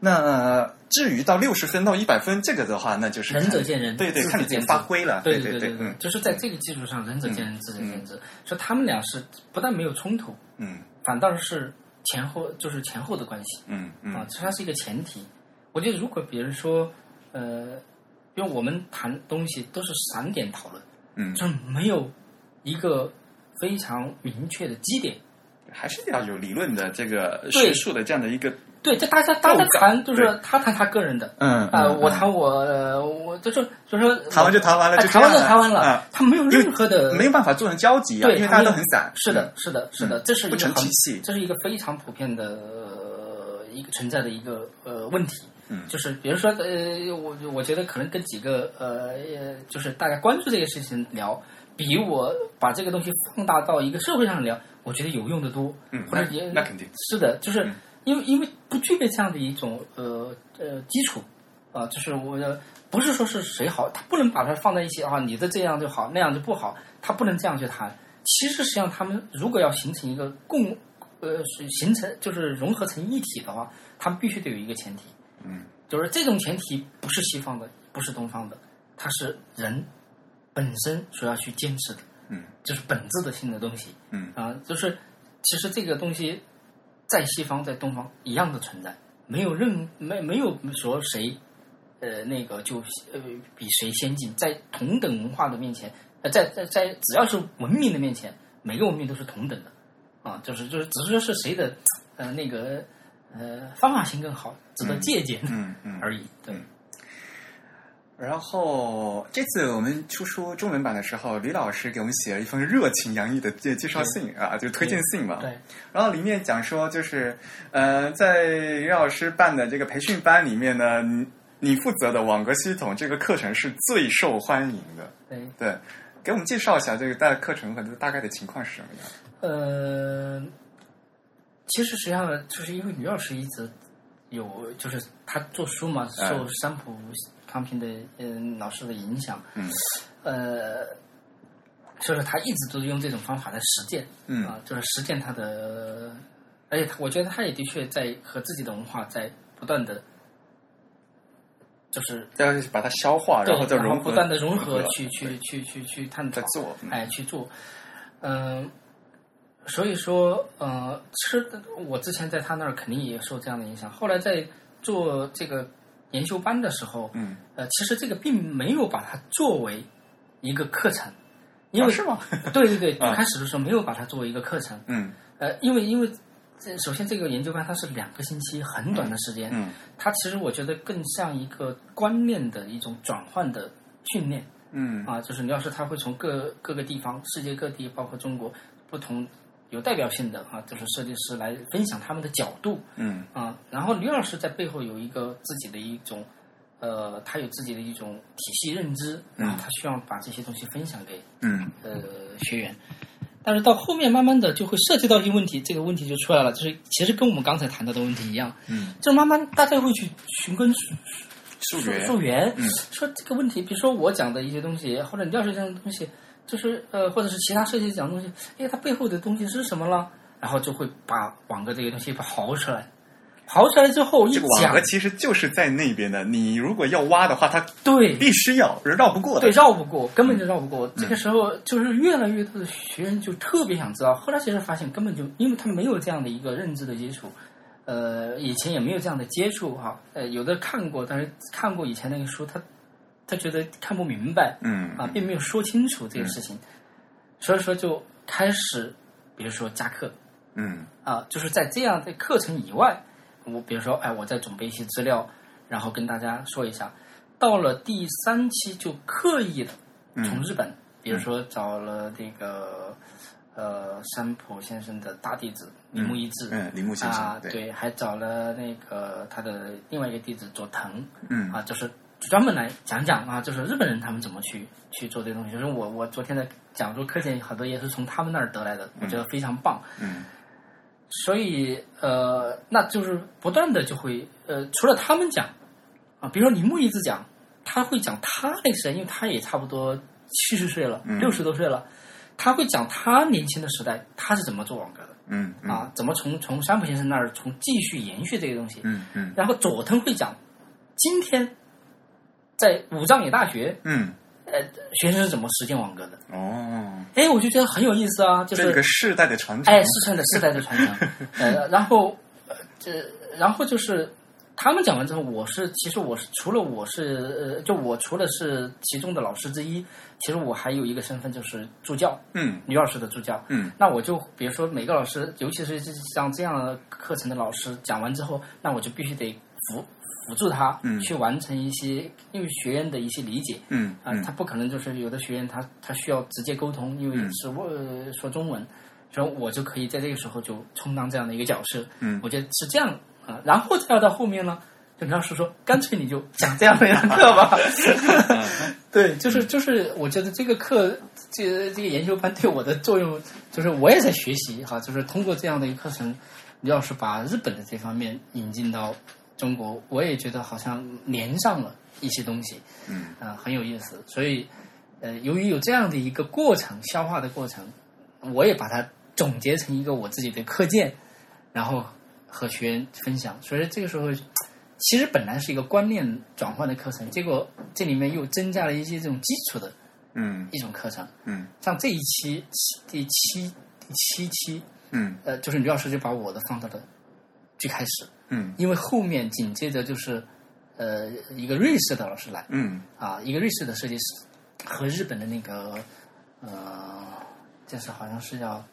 [SPEAKER 1] 那呃至于到六十分到一百分这个的话，那就是
[SPEAKER 2] 仁
[SPEAKER 1] 看
[SPEAKER 2] 者见仁，
[SPEAKER 1] 对对，
[SPEAKER 2] 智者
[SPEAKER 1] 看你怎
[SPEAKER 2] 见
[SPEAKER 1] 么
[SPEAKER 2] 智
[SPEAKER 1] 发挥了，
[SPEAKER 2] 对
[SPEAKER 1] 对
[SPEAKER 2] 对对
[SPEAKER 1] 嗯
[SPEAKER 2] 就是在这个基础上，仁者见仁，智者见智，所以他们俩是不但没有冲突，
[SPEAKER 1] 嗯
[SPEAKER 2] 反倒是前后就是前后的关系
[SPEAKER 1] 嗯
[SPEAKER 2] 啊
[SPEAKER 1] 嗯，
[SPEAKER 2] 它是一个前提。我觉得如果比如说呃，因为我们谈东西都是散点讨论，
[SPEAKER 1] 嗯，
[SPEAKER 2] 就是没有一个非常明确的基点。
[SPEAKER 1] 还是要有理论的这个
[SPEAKER 2] 对
[SPEAKER 1] 学术的这样的一个，
[SPEAKER 2] 对，就大家大家
[SPEAKER 1] 斗争
[SPEAKER 2] 谈，就是
[SPEAKER 1] 对
[SPEAKER 2] 他谈他个人的，
[SPEAKER 1] 嗯
[SPEAKER 2] 啊，我谈我呃我就是就是说
[SPEAKER 1] 谈完就谈完了，
[SPEAKER 2] 哎
[SPEAKER 1] 就
[SPEAKER 2] 谈完
[SPEAKER 1] 这
[SPEAKER 2] 就
[SPEAKER 1] 样
[SPEAKER 2] 谈完了
[SPEAKER 1] 啊，
[SPEAKER 2] 他没有
[SPEAKER 1] 因为
[SPEAKER 2] 任何的
[SPEAKER 1] 没有办法做成交集啊，
[SPEAKER 2] 对
[SPEAKER 1] 因为大家都很散，嗯
[SPEAKER 2] 是的，是的，是的，这是一
[SPEAKER 1] 不
[SPEAKER 2] 个
[SPEAKER 1] 成
[SPEAKER 2] 很
[SPEAKER 1] 体系
[SPEAKER 2] 这是一个非常普遍的、呃、一个存在的一个呃问题。
[SPEAKER 1] 嗯
[SPEAKER 2] 就是比如说呃，我我觉得可能跟几个呃呃，就是大家关注这个事情聊，比我把这个东西放大到一个社会上聊，我觉得有用的多。
[SPEAKER 1] 嗯，
[SPEAKER 2] 或
[SPEAKER 1] 那
[SPEAKER 2] 者也
[SPEAKER 1] 那肯定，
[SPEAKER 2] 是的，就是
[SPEAKER 1] 嗯
[SPEAKER 2] 因为因为不具备这样的一种呃呃基础啊、呃就是我的不是说是谁好，他不能把它放在一起啊，你的这样就好，那样就不好，他不能这样去谈。其实实际上，他们如果要形成一个共呃是形成就是融合成一体的话，他们必须得有一个前提，
[SPEAKER 1] 嗯，
[SPEAKER 2] 就是这种前提不是西方的，不是东方的，它是人本身所要去坚持的，
[SPEAKER 1] 嗯
[SPEAKER 2] 就是本质的性的东西。
[SPEAKER 1] 嗯
[SPEAKER 2] 啊，就是其实这个东西在西方在东方一样的存在，没有任没没有说谁呃那个就呃比谁先进，在同等文化的面前，呃在在在只要是文明的面前，每个文明都是同等的啊，就是就是只是说是谁的呃那个呃方法性更好，值得借鉴
[SPEAKER 1] 嗯嗯。
[SPEAKER 2] 而已。对，
[SPEAKER 1] 然后这次我们出书中文版的时候，李老师给我们写了一封热情洋溢的介介绍信啊，就推荐信嘛。
[SPEAKER 2] 对，
[SPEAKER 1] 然后里面讲说，就是呃，在李老师办的这个培训班里面呢，你你负责的网格系统这个课程是最受欢迎的。
[SPEAKER 2] 对。
[SPEAKER 1] 对，给我们介绍一下这个大课程和大概的情况是什么样的？
[SPEAKER 2] 呃，其实实际上就是因为吕老师一直有，就是他做书嘛，
[SPEAKER 1] 哎
[SPEAKER 2] 受山浦康平的嗯老师的影响，
[SPEAKER 1] 嗯
[SPEAKER 2] 呃，所以说他一直都是用这种方法来实践，啊
[SPEAKER 1] 嗯，
[SPEAKER 2] 就是实践他的，而且他我觉得他也的确在和自己的文化在不断的，就是
[SPEAKER 1] 要把它消化，
[SPEAKER 2] 对，
[SPEAKER 1] 然后再融合，
[SPEAKER 2] 不断的融合
[SPEAKER 1] 合
[SPEAKER 2] 哎去去去去去探
[SPEAKER 1] 再
[SPEAKER 2] 讨，
[SPEAKER 1] 做。嗯
[SPEAKER 2] 哎去做。嗯、所以说，呃，吃的我之前在他那儿肯定也受这样的影响。后来在做这个研修班的时候，
[SPEAKER 1] 嗯，
[SPEAKER 2] 呃，其实这个并没有把它作为一个课程，因
[SPEAKER 1] 啊
[SPEAKER 2] 为、
[SPEAKER 1] 是吗？
[SPEAKER 2] 对对对，
[SPEAKER 1] 啊
[SPEAKER 2] 开始的时候没有把它作为一个课程，
[SPEAKER 1] 嗯
[SPEAKER 2] 呃，因为因为这首先这个研究班它是两个星期，很短的时间，
[SPEAKER 1] 嗯
[SPEAKER 2] 它其实我觉得更像一个观念的一种转换的训练。
[SPEAKER 1] 嗯
[SPEAKER 2] 啊，就是你要是他会从各各个地方，世界各地，包括中国不同有代表性的啊，就是设计师来分享他们的角度
[SPEAKER 1] 嗯
[SPEAKER 2] 啊。然后吕老师在背后有一个自己的一种，呃，他有自己的一种体系认知，然后他需要把这些东西分享给
[SPEAKER 1] 嗯
[SPEAKER 2] 呃学员。但是到后面慢慢的就会涉及到一个问题，这个问题就出来了，就是其实跟我们刚才谈到的问题一样，
[SPEAKER 1] 嗯，
[SPEAKER 2] 就是慢慢大家会去寻根
[SPEAKER 1] 数
[SPEAKER 2] 溯
[SPEAKER 1] 学
[SPEAKER 2] 溯源，
[SPEAKER 1] 嗯
[SPEAKER 2] 说这个问题，比如说我讲的一些东西，或者你要是讲的东西，就是呃，或者是其他设计师讲的东西，哎，它背后的东西是什么了？然后就会把网格这个东西把刨出来，刨出来之后一
[SPEAKER 1] 这个网
[SPEAKER 2] 讲
[SPEAKER 1] 格，其实就是在那边的，你如果要挖的话，它
[SPEAKER 2] 对
[SPEAKER 1] 必须要绕不过
[SPEAKER 2] 对，
[SPEAKER 1] 的。嗯
[SPEAKER 2] 绕不过，根本就绕不过。这个时候就是越来越多的学员就特别想知道，后来其实发现根本就因为他们没有这样的一个认知的基础。呃，以前也没有这样的接触哈，呃，有的看过，但是看过以前那个书，他他觉得看不明白，
[SPEAKER 1] 嗯
[SPEAKER 2] 啊，并没有说清楚这个事情，所以说就开始，比如说加课
[SPEAKER 1] 嗯
[SPEAKER 2] 啊，就是在这样的课程以外，我比如说，哎，我在准备一些资料，然后跟大家说一下。到了第三期就刻意的从
[SPEAKER 1] 嗯
[SPEAKER 2] 日本，比如说找了这个呃山浦先生的大弟子铃木一志。
[SPEAKER 1] 嗯，铃木先
[SPEAKER 2] 啊
[SPEAKER 1] 生，，对，
[SPEAKER 2] 对，还找了那个他的另外一个弟子佐藤，
[SPEAKER 1] 嗯
[SPEAKER 2] 啊，就是专门来讲讲啊，就是日本人他们怎么去去做这个东西。就是我我昨天的讲座课件很多也是从他们那儿得来的，我觉得非常棒。
[SPEAKER 1] 嗯
[SPEAKER 2] 所以呃，那就是不断的就会呃，除了他们讲啊，比如说铃木一直讲，他会讲他那时代，因为他也差不多七十岁了，
[SPEAKER 1] 嗯
[SPEAKER 2] 六十多岁了，他会讲他年轻的时代他是怎么做网格的
[SPEAKER 1] 嗯嗯
[SPEAKER 2] 啊，怎么从从山浦先生那儿从继续延续这个东西，
[SPEAKER 1] 嗯嗯
[SPEAKER 2] 然后佐藤会讲，今天在武藏野大学，
[SPEAKER 1] 嗯，
[SPEAKER 2] 呃，学生是怎么实践网格的？
[SPEAKER 1] 哦，
[SPEAKER 2] 哎，我就觉得很有意思啊，就
[SPEAKER 1] 这
[SPEAKER 2] 是
[SPEAKER 1] 个世代的传承，
[SPEAKER 2] 哎，四川的世代的传 承。呃，然后呃，这然后就是他们讲完之后，我是其实我是除了我是呃，就我除了是其中的老师之一，其实我还有一个身份就是助教，
[SPEAKER 1] 嗯
[SPEAKER 2] 女老师的助教。
[SPEAKER 1] 嗯
[SPEAKER 2] 那我就比如说每个老师，尤其是像这样的课程的老师讲完之后，那我就必须得辅辅助他，
[SPEAKER 1] 嗯
[SPEAKER 2] 去完成一些因为学员的一些理解。
[SPEAKER 1] 嗯
[SPEAKER 2] 啊，
[SPEAKER 1] 嗯
[SPEAKER 2] 他不可能就是有的学员他他需要直接沟通，因为
[SPEAKER 1] 嗯
[SPEAKER 2] 是我、呃说中文，所以我就可以在这个时候就充当这样的一个角色。
[SPEAKER 1] 嗯
[SPEAKER 2] 我觉得是这样啊，然后再到后面呢，就老师说，干脆你就讲这样的一堂课吧。
[SPEAKER 1] 嗯
[SPEAKER 2] 对，就是就是，我觉得这个课这个这个研究班对我的作用，就是我也在学习哈，就是通过这样的一个课程，李老师把日本的这方面引进到中国，我也觉得好像连上了一些东西。
[SPEAKER 1] 嗯
[SPEAKER 2] 啊、很有意思。所以，呃，由于有这样的一个过程，消化的过程，我也把它总结成一个我自己的课件，然后和学员分享。所以这个时候，其实本来是一个观念转换的课程，结果这里面又增加了一些这种基础的
[SPEAKER 1] 嗯
[SPEAKER 2] 一种课程。
[SPEAKER 1] 嗯
[SPEAKER 2] 像这一期第七第七期，
[SPEAKER 1] 嗯
[SPEAKER 2] 呃，就是吕老师就把我的放到了最开始，
[SPEAKER 1] 嗯
[SPEAKER 2] 因为后面紧接着就是。呃，一个瑞士的老师来，
[SPEAKER 1] 嗯
[SPEAKER 2] 啊，一个瑞士的设计师和日本的那个呃，就是好像是叫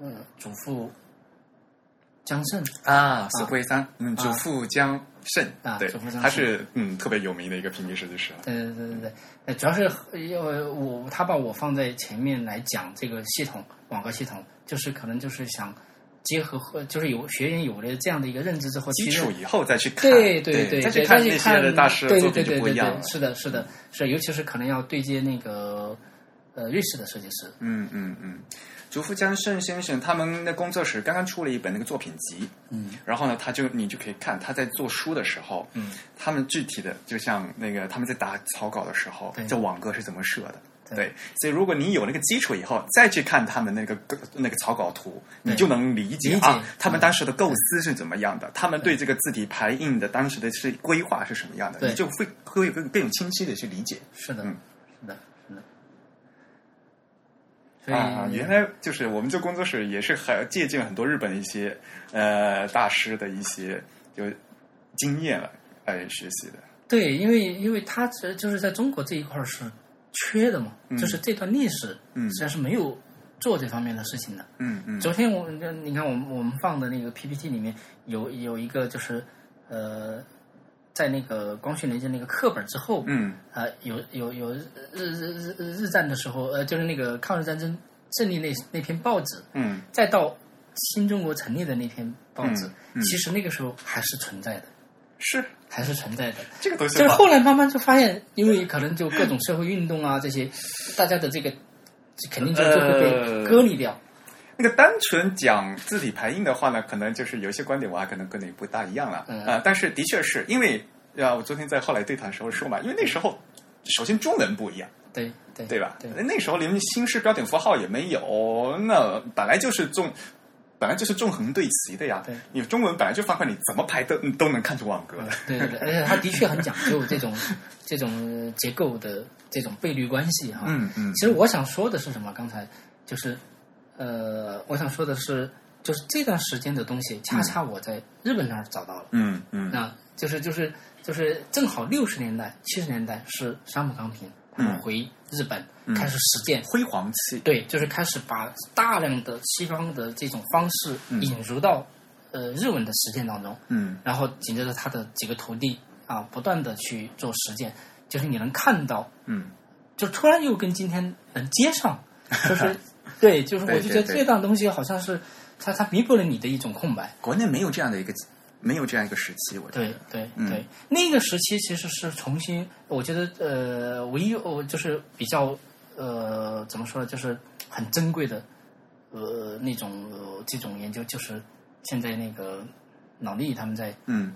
[SPEAKER 2] 呃祖父江胜
[SPEAKER 1] 啊，死灰三，嗯，
[SPEAKER 2] 啊
[SPEAKER 1] 祖父江胜
[SPEAKER 2] 啊，
[SPEAKER 1] 对
[SPEAKER 2] 祖父江，胜
[SPEAKER 1] 他是嗯特别有名的一个平面设计师，
[SPEAKER 2] 对对对对对呃，主要是要我他把我放在前面来讲这个系统网格系统，就是可能就是想结合和就是有学员有了这样的一个认知之后，
[SPEAKER 1] 基
[SPEAKER 2] 其实
[SPEAKER 1] 础以后再去看，
[SPEAKER 2] 对
[SPEAKER 1] 对
[SPEAKER 2] 对，
[SPEAKER 1] 再
[SPEAKER 2] 对
[SPEAKER 1] 去
[SPEAKER 2] 看
[SPEAKER 1] 那些的大师的
[SPEAKER 2] 对
[SPEAKER 1] 作
[SPEAKER 2] 对
[SPEAKER 1] 品
[SPEAKER 2] 对
[SPEAKER 1] 就
[SPEAKER 2] 对
[SPEAKER 1] 不一
[SPEAKER 2] 对
[SPEAKER 1] 样了嗯
[SPEAKER 2] 对，，是的，是的，是，尤其是可能要对接那个呃瑞士的设计师，
[SPEAKER 1] 嗯嗯嗯，竹富江胜先生他们的工作室刚刚出了一本那个作品集，
[SPEAKER 2] 嗯，
[SPEAKER 1] 然后呢，他就你就可以看他在做书的时候，
[SPEAKER 2] 嗯，
[SPEAKER 1] 他们具体的就像那个他们在打草稿的时候
[SPEAKER 2] 对，
[SPEAKER 1] 这网格是怎么设的。
[SPEAKER 2] 对
[SPEAKER 1] 对，所以如果你有那个基础以后，再去看他们那个那个草稿图，
[SPEAKER 2] 对
[SPEAKER 1] 你就能理解
[SPEAKER 2] 理解嗯
[SPEAKER 1] 啊，他们当时的构思是怎么样的，他们对这个字体排印的当时的是规划是什么样的，
[SPEAKER 2] 对
[SPEAKER 1] 你就会会
[SPEAKER 3] 嗯
[SPEAKER 1] 更更有清晰的去理解。
[SPEAKER 2] 是的，
[SPEAKER 1] 嗯
[SPEAKER 2] 是的，是的。所以、
[SPEAKER 3] 啊，原来就是我们这工作室也是很借鉴很多日本一些呃大师的一些有经验来来学习的。
[SPEAKER 2] 对，因为因为它其实就是在中国这一块儿是缺的嘛，
[SPEAKER 3] 嗯
[SPEAKER 2] 就是这段历史
[SPEAKER 3] 嗯
[SPEAKER 2] 实际上是没有做这方面的事情的。
[SPEAKER 3] 嗯嗯
[SPEAKER 2] 昨天我们就你看我们我们放的那个 PPT 里面有有一个就是呃，在那个光绪年间那个课本之后，
[SPEAKER 3] 嗯
[SPEAKER 2] 啊、有有有日日日日日战的时候，呃，就是那个抗日战争胜利那那篇报纸，
[SPEAKER 3] 嗯
[SPEAKER 2] 再到新中国成立的那篇报纸，
[SPEAKER 3] 嗯嗯
[SPEAKER 2] 其实那个时候还是存在的，
[SPEAKER 3] 是
[SPEAKER 2] 还是存在的。
[SPEAKER 3] 这个东西
[SPEAKER 2] 就是
[SPEAKER 3] 吧
[SPEAKER 2] 后来慢慢就发现，因为可能就各种社会运动啊这些，大家的这个肯定就就会被
[SPEAKER 3] 呃
[SPEAKER 2] 割离掉。
[SPEAKER 3] 那个单纯讲字体排印的话呢，可能就是有一些观点我还可能跟你不大一样了啊、
[SPEAKER 2] 嗯
[SPEAKER 3] 呃但是的确是因为啊，我昨天在后来对谈的时候说嘛，因为那时候首先中文不一样，
[SPEAKER 2] 对对
[SPEAKER 3] 对吧？
[SPEAKER 2] 对
[SPEAKER 3] 那时候连新式标点符号也没有，那本来就是纵，本来就是纵横对齐的呀
[SPEAKER 2] 对。
[SPEAKER 3] 你中文本来就方块，你怎么排都嗯都能看出网格的。
[SPEAKER 2] 嗯对对对，而且它的确很讲究 这种这种结构的这种倍率关系哈。
[SPEAKER 3] 嗯嗯
[SPEAKER 2] 其实我想说的是什么？刚才就是，呃，我想说的是，就是这段时间的东西，恰恰我在日本那儿找到了。
[SPEAKER 3] 嗯嗯
[SPEAKER 2] 那啊就是就是就是正好六十年代、七十年代是山本康平他们
[SPEAKER 3] 嗯
[SPEAKER 2] 回日本、
[SPEAKER 3] 嗯
[SPEAKER 2] 开始实践，
[SPEAKER 3] 辉煌期。
[SPEAKER 2] 对，就是开始把大量的西方的这种方式
[SPEAKER 3] 嗯
[SPEAKER 2] 引入到、呃日文的实践当中，
[SPEAKER 3] 嗯
[SPEAKER 2] 然后紧接着他的几个徒弟啊，不断的去做实践，就是你能看到，
[SPEAKER 3] 嗯
[SPEAKER 2] 就突然又跟今天能接上，就是 对，就是我
[SPEAKER 3] 对
[SPEAKER 2] 就觉
[SPEAKER 3] 对
[SPEAKER 2] 得
[SPEAKER 3] 对
[SPEAKER 2] 这档东西好像是它它弥补了你的一种空白。
[SPEAKER 1] 国内没有这样的一个没有这样一个时期，我觉
[SPEAKER 2] 对
[SPEAKER 1] 得。
[SPEAKER 2] 对
[SPEAKER 3] 嗯
[SPEAKER 2] 对，那个时期其实是重新，我觉得呃，唯一我就是比较呃，怎么说呢，就是很珍贵的呃那种、呃、这种研究，就是现在那个老厉他们在
[SPEAKER 3] 嗯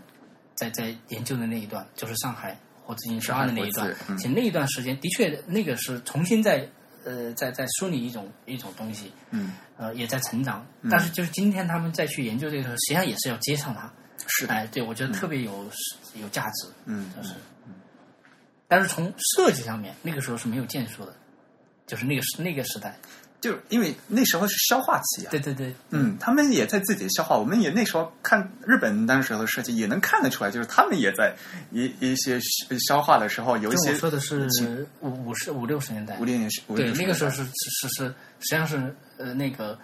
[SPEAKER 2] 在在研究的那一段，就是上海火之金十二的那一
[SPEAKER 1] 上
[SPEAKER 2] 段
[SPEAKER 1] 海火之嗯，
[SPEAKER 2] 其实那一段时间的确那个是重新在呃在在梳理一种一种东西，
[SPEAKER 3] 嗯，
[SPEAKER 2] 呃也在成长，
[SPEAKER 1] 嗯
[SPEAKER 2] 但是就是今天他们再去研究这个时候，实际上也是要接上它。
[SPEAKER 3] 是的。
[SPEAKER 2] 哎，对，我觉得特别有、有价值，
[SPEAKER 3] 嗯
[SPEAKER 2] 就是。但是从设计上面，那个时候是没有建树的，就是那个时那个时代，
[SPEAKER 1] 就是因为那时候是消化期啊，
[SPEAKER 2] 对对对，
[SPEAKER 1] 嗯，他们也在自己消化。我们也那时候看日本当时候的设计，也能看得出来，就是他们也在一一些消化的时候，有一
[SPEAKER 2] 就
[SPEAKER 1] 些
[SPEAKER 2] 我说的是五五十五六十年代
[SPEAKER 1] 五，六年是五六
[SPEAKER 2] 对，
[SPEAKER 1] 年
[SPEAKER 2] 那个时候是是是是，实际上是呃那个